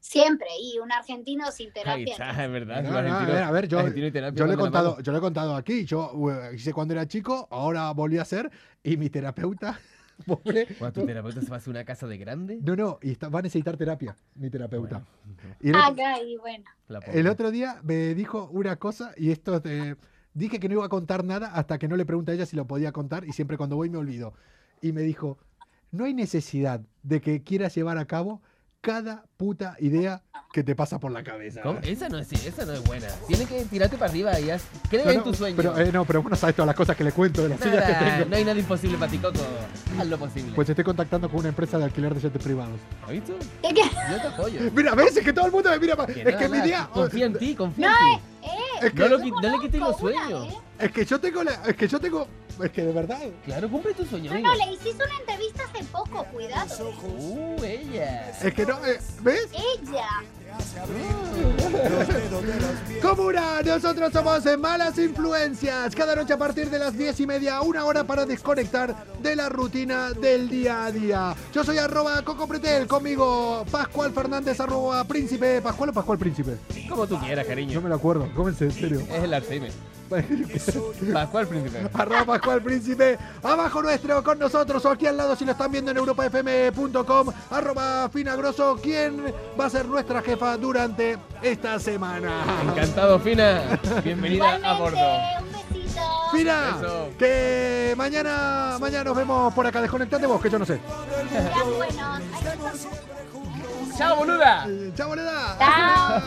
Siempre, y un argentino sin
Ahí
terapia.
está, es verdad.
No,
los
no,
argentinos-
a ver, a ver, yo-
argentinos y terapia
Yo lo, he
van de la
contado, yo lo he contado aquí, yo eh, hice cuando era chico, ahora volví a hacer, y mi terapeuta, pobre,
mano. Cuando tu terapeuta se va a hacer una casa de grande.
no, no, y está- va a necesitar terapia, mi terapeuta.
Bueno,
Y el,
Ah,
otro-
ya, y bueno.
la
el
pobre.
otro día me dijo una cosa, y esto, eh, dije que no iba a contar nada hasta que no le pregunté a ella si lo podía contar, y siempre cuando voy me olvido. Y me dijo, no hay necesidad de que quieras llevar a cabo cada puta idea que te pasa por la cabeza.
¿Cómo? Esa no es, esa no es buena. Tienes que tirarte para arriba y haz. Cree
No,
en
no,
tu sueño.
Pero, eh, no, pero vos no sabes todas las cosas que le cuento, de las ideas que
Nada,
tengo.
no hay nada imposible para ti, Coco. Haz lo posible.
Pues estoy contactando con una empresa de alquiler de jetes privados.
¿Has visto?
Es que,
Yo te apoyo.
Mira, a veces que todo el mundo me mira. pa-
Que
Es que
nada,
mi idea.
Confía en ti, confía en ti.
eh,
Es
No,
que,
lo qui- no le quites los
con una,
sueños.
¿eh?
es que yo tengo la. Es que yo tengo. Es que de verdad.
Claro, cumple tu sueño,
No,
amigo.
no, le hiciste una entrevista hace poco, cuidado.
Uh, ella.
Es que no. eh, ¿Ves?
Ella.
Comuna, nosotros somos eh, Malas Influencias. Cada noche a partir de las 10 y media, una hora para desconectar de la rutina del día a día. Yo soy arroba Coco Pretel, conmigo Pascual Fernández, arroba Príncipe. ¿Pascual o Pascual Príncipe?
Como tú quieras,
No
cariño.
me lo acuerdo, cómense, en serio.
Es el Artemis. Pascual Príncipe.
Arroba Pascual Príncipe, abajo nuestro, con nosotros, o aquí al lado si lo están viendo en europafm.com, arroba Finagroso, quien va a ser nuestra jefa durante esta semana.
Encantado, Fina. Bienvenida a bordo.
Igualmente, eh, un besito.
Fina,
Eso.
que mañana, mañana nos vemos por acá, desconectate vos, que yo no sé.
Ya, bueno, ahí está.
Chao, boluda.
Eh, Chao, moneda.
Chao.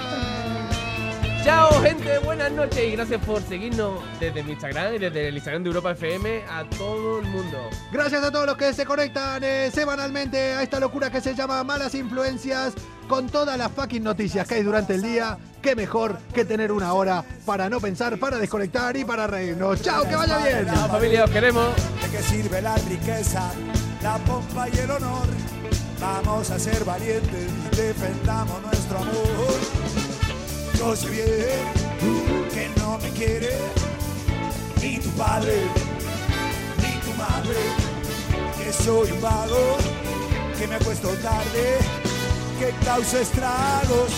Chao, gente. Buenas noches y gracias por seguirnos desde mi Instagram y desde el Instagram de Europa FM a todo el mundo.
Gracias a todos los que se conectan eh, semanalmente a esta locura que se llama Malas Influencias, con todas las fucking noticias que hay durante el día. Qué mejor que tener una hora para no pensar, para desconectar y para reírnos. ¡Chao, que vaya bien!
Chao, familia. Os queremos.
¿De qué sirve la riqueza, la pompa y el honor? Vamos a ser valientes, defendamos nuestro amor. Yo sé bien que no me quiere ni tu padre, ni tu madre, que soy un vago, que me acuesto tarde, que causo estragos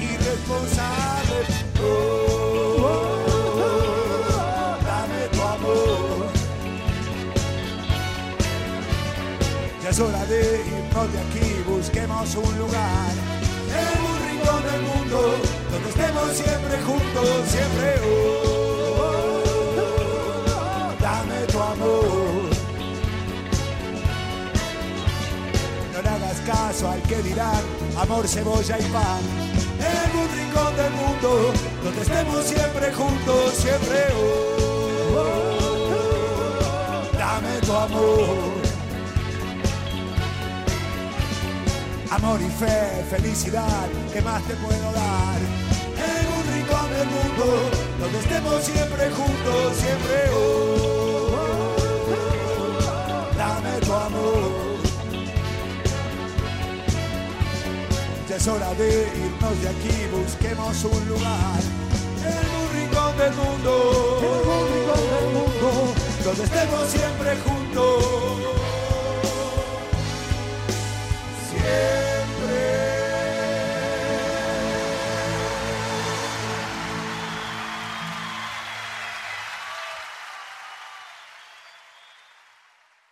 irresponsables. Oh, oh, oh, dame tu amor. Ya es hora de irnos de aquí, busquemos un lugar en un rincón del mundo donde estemos siempre juntos, siempre. oh, oh, oh, oh, dame tu amor. eso hay que dirán amor, cebolla y pan. En un rincón del mundo donde estemos siempre juntos, siempre oh, oh, oh, dame tu amor. Amor y fe, felicidad, ¿qué más te puedo dar? En un rincón del mundo, donde estemos siempre juntos, siempre oh, oh, oh, dame tu amor. Ya es hora de irnos de aquí, busquemos un lugar. En un rincón del mundo, en un rincón del mundo, donde estemos siempre juntos.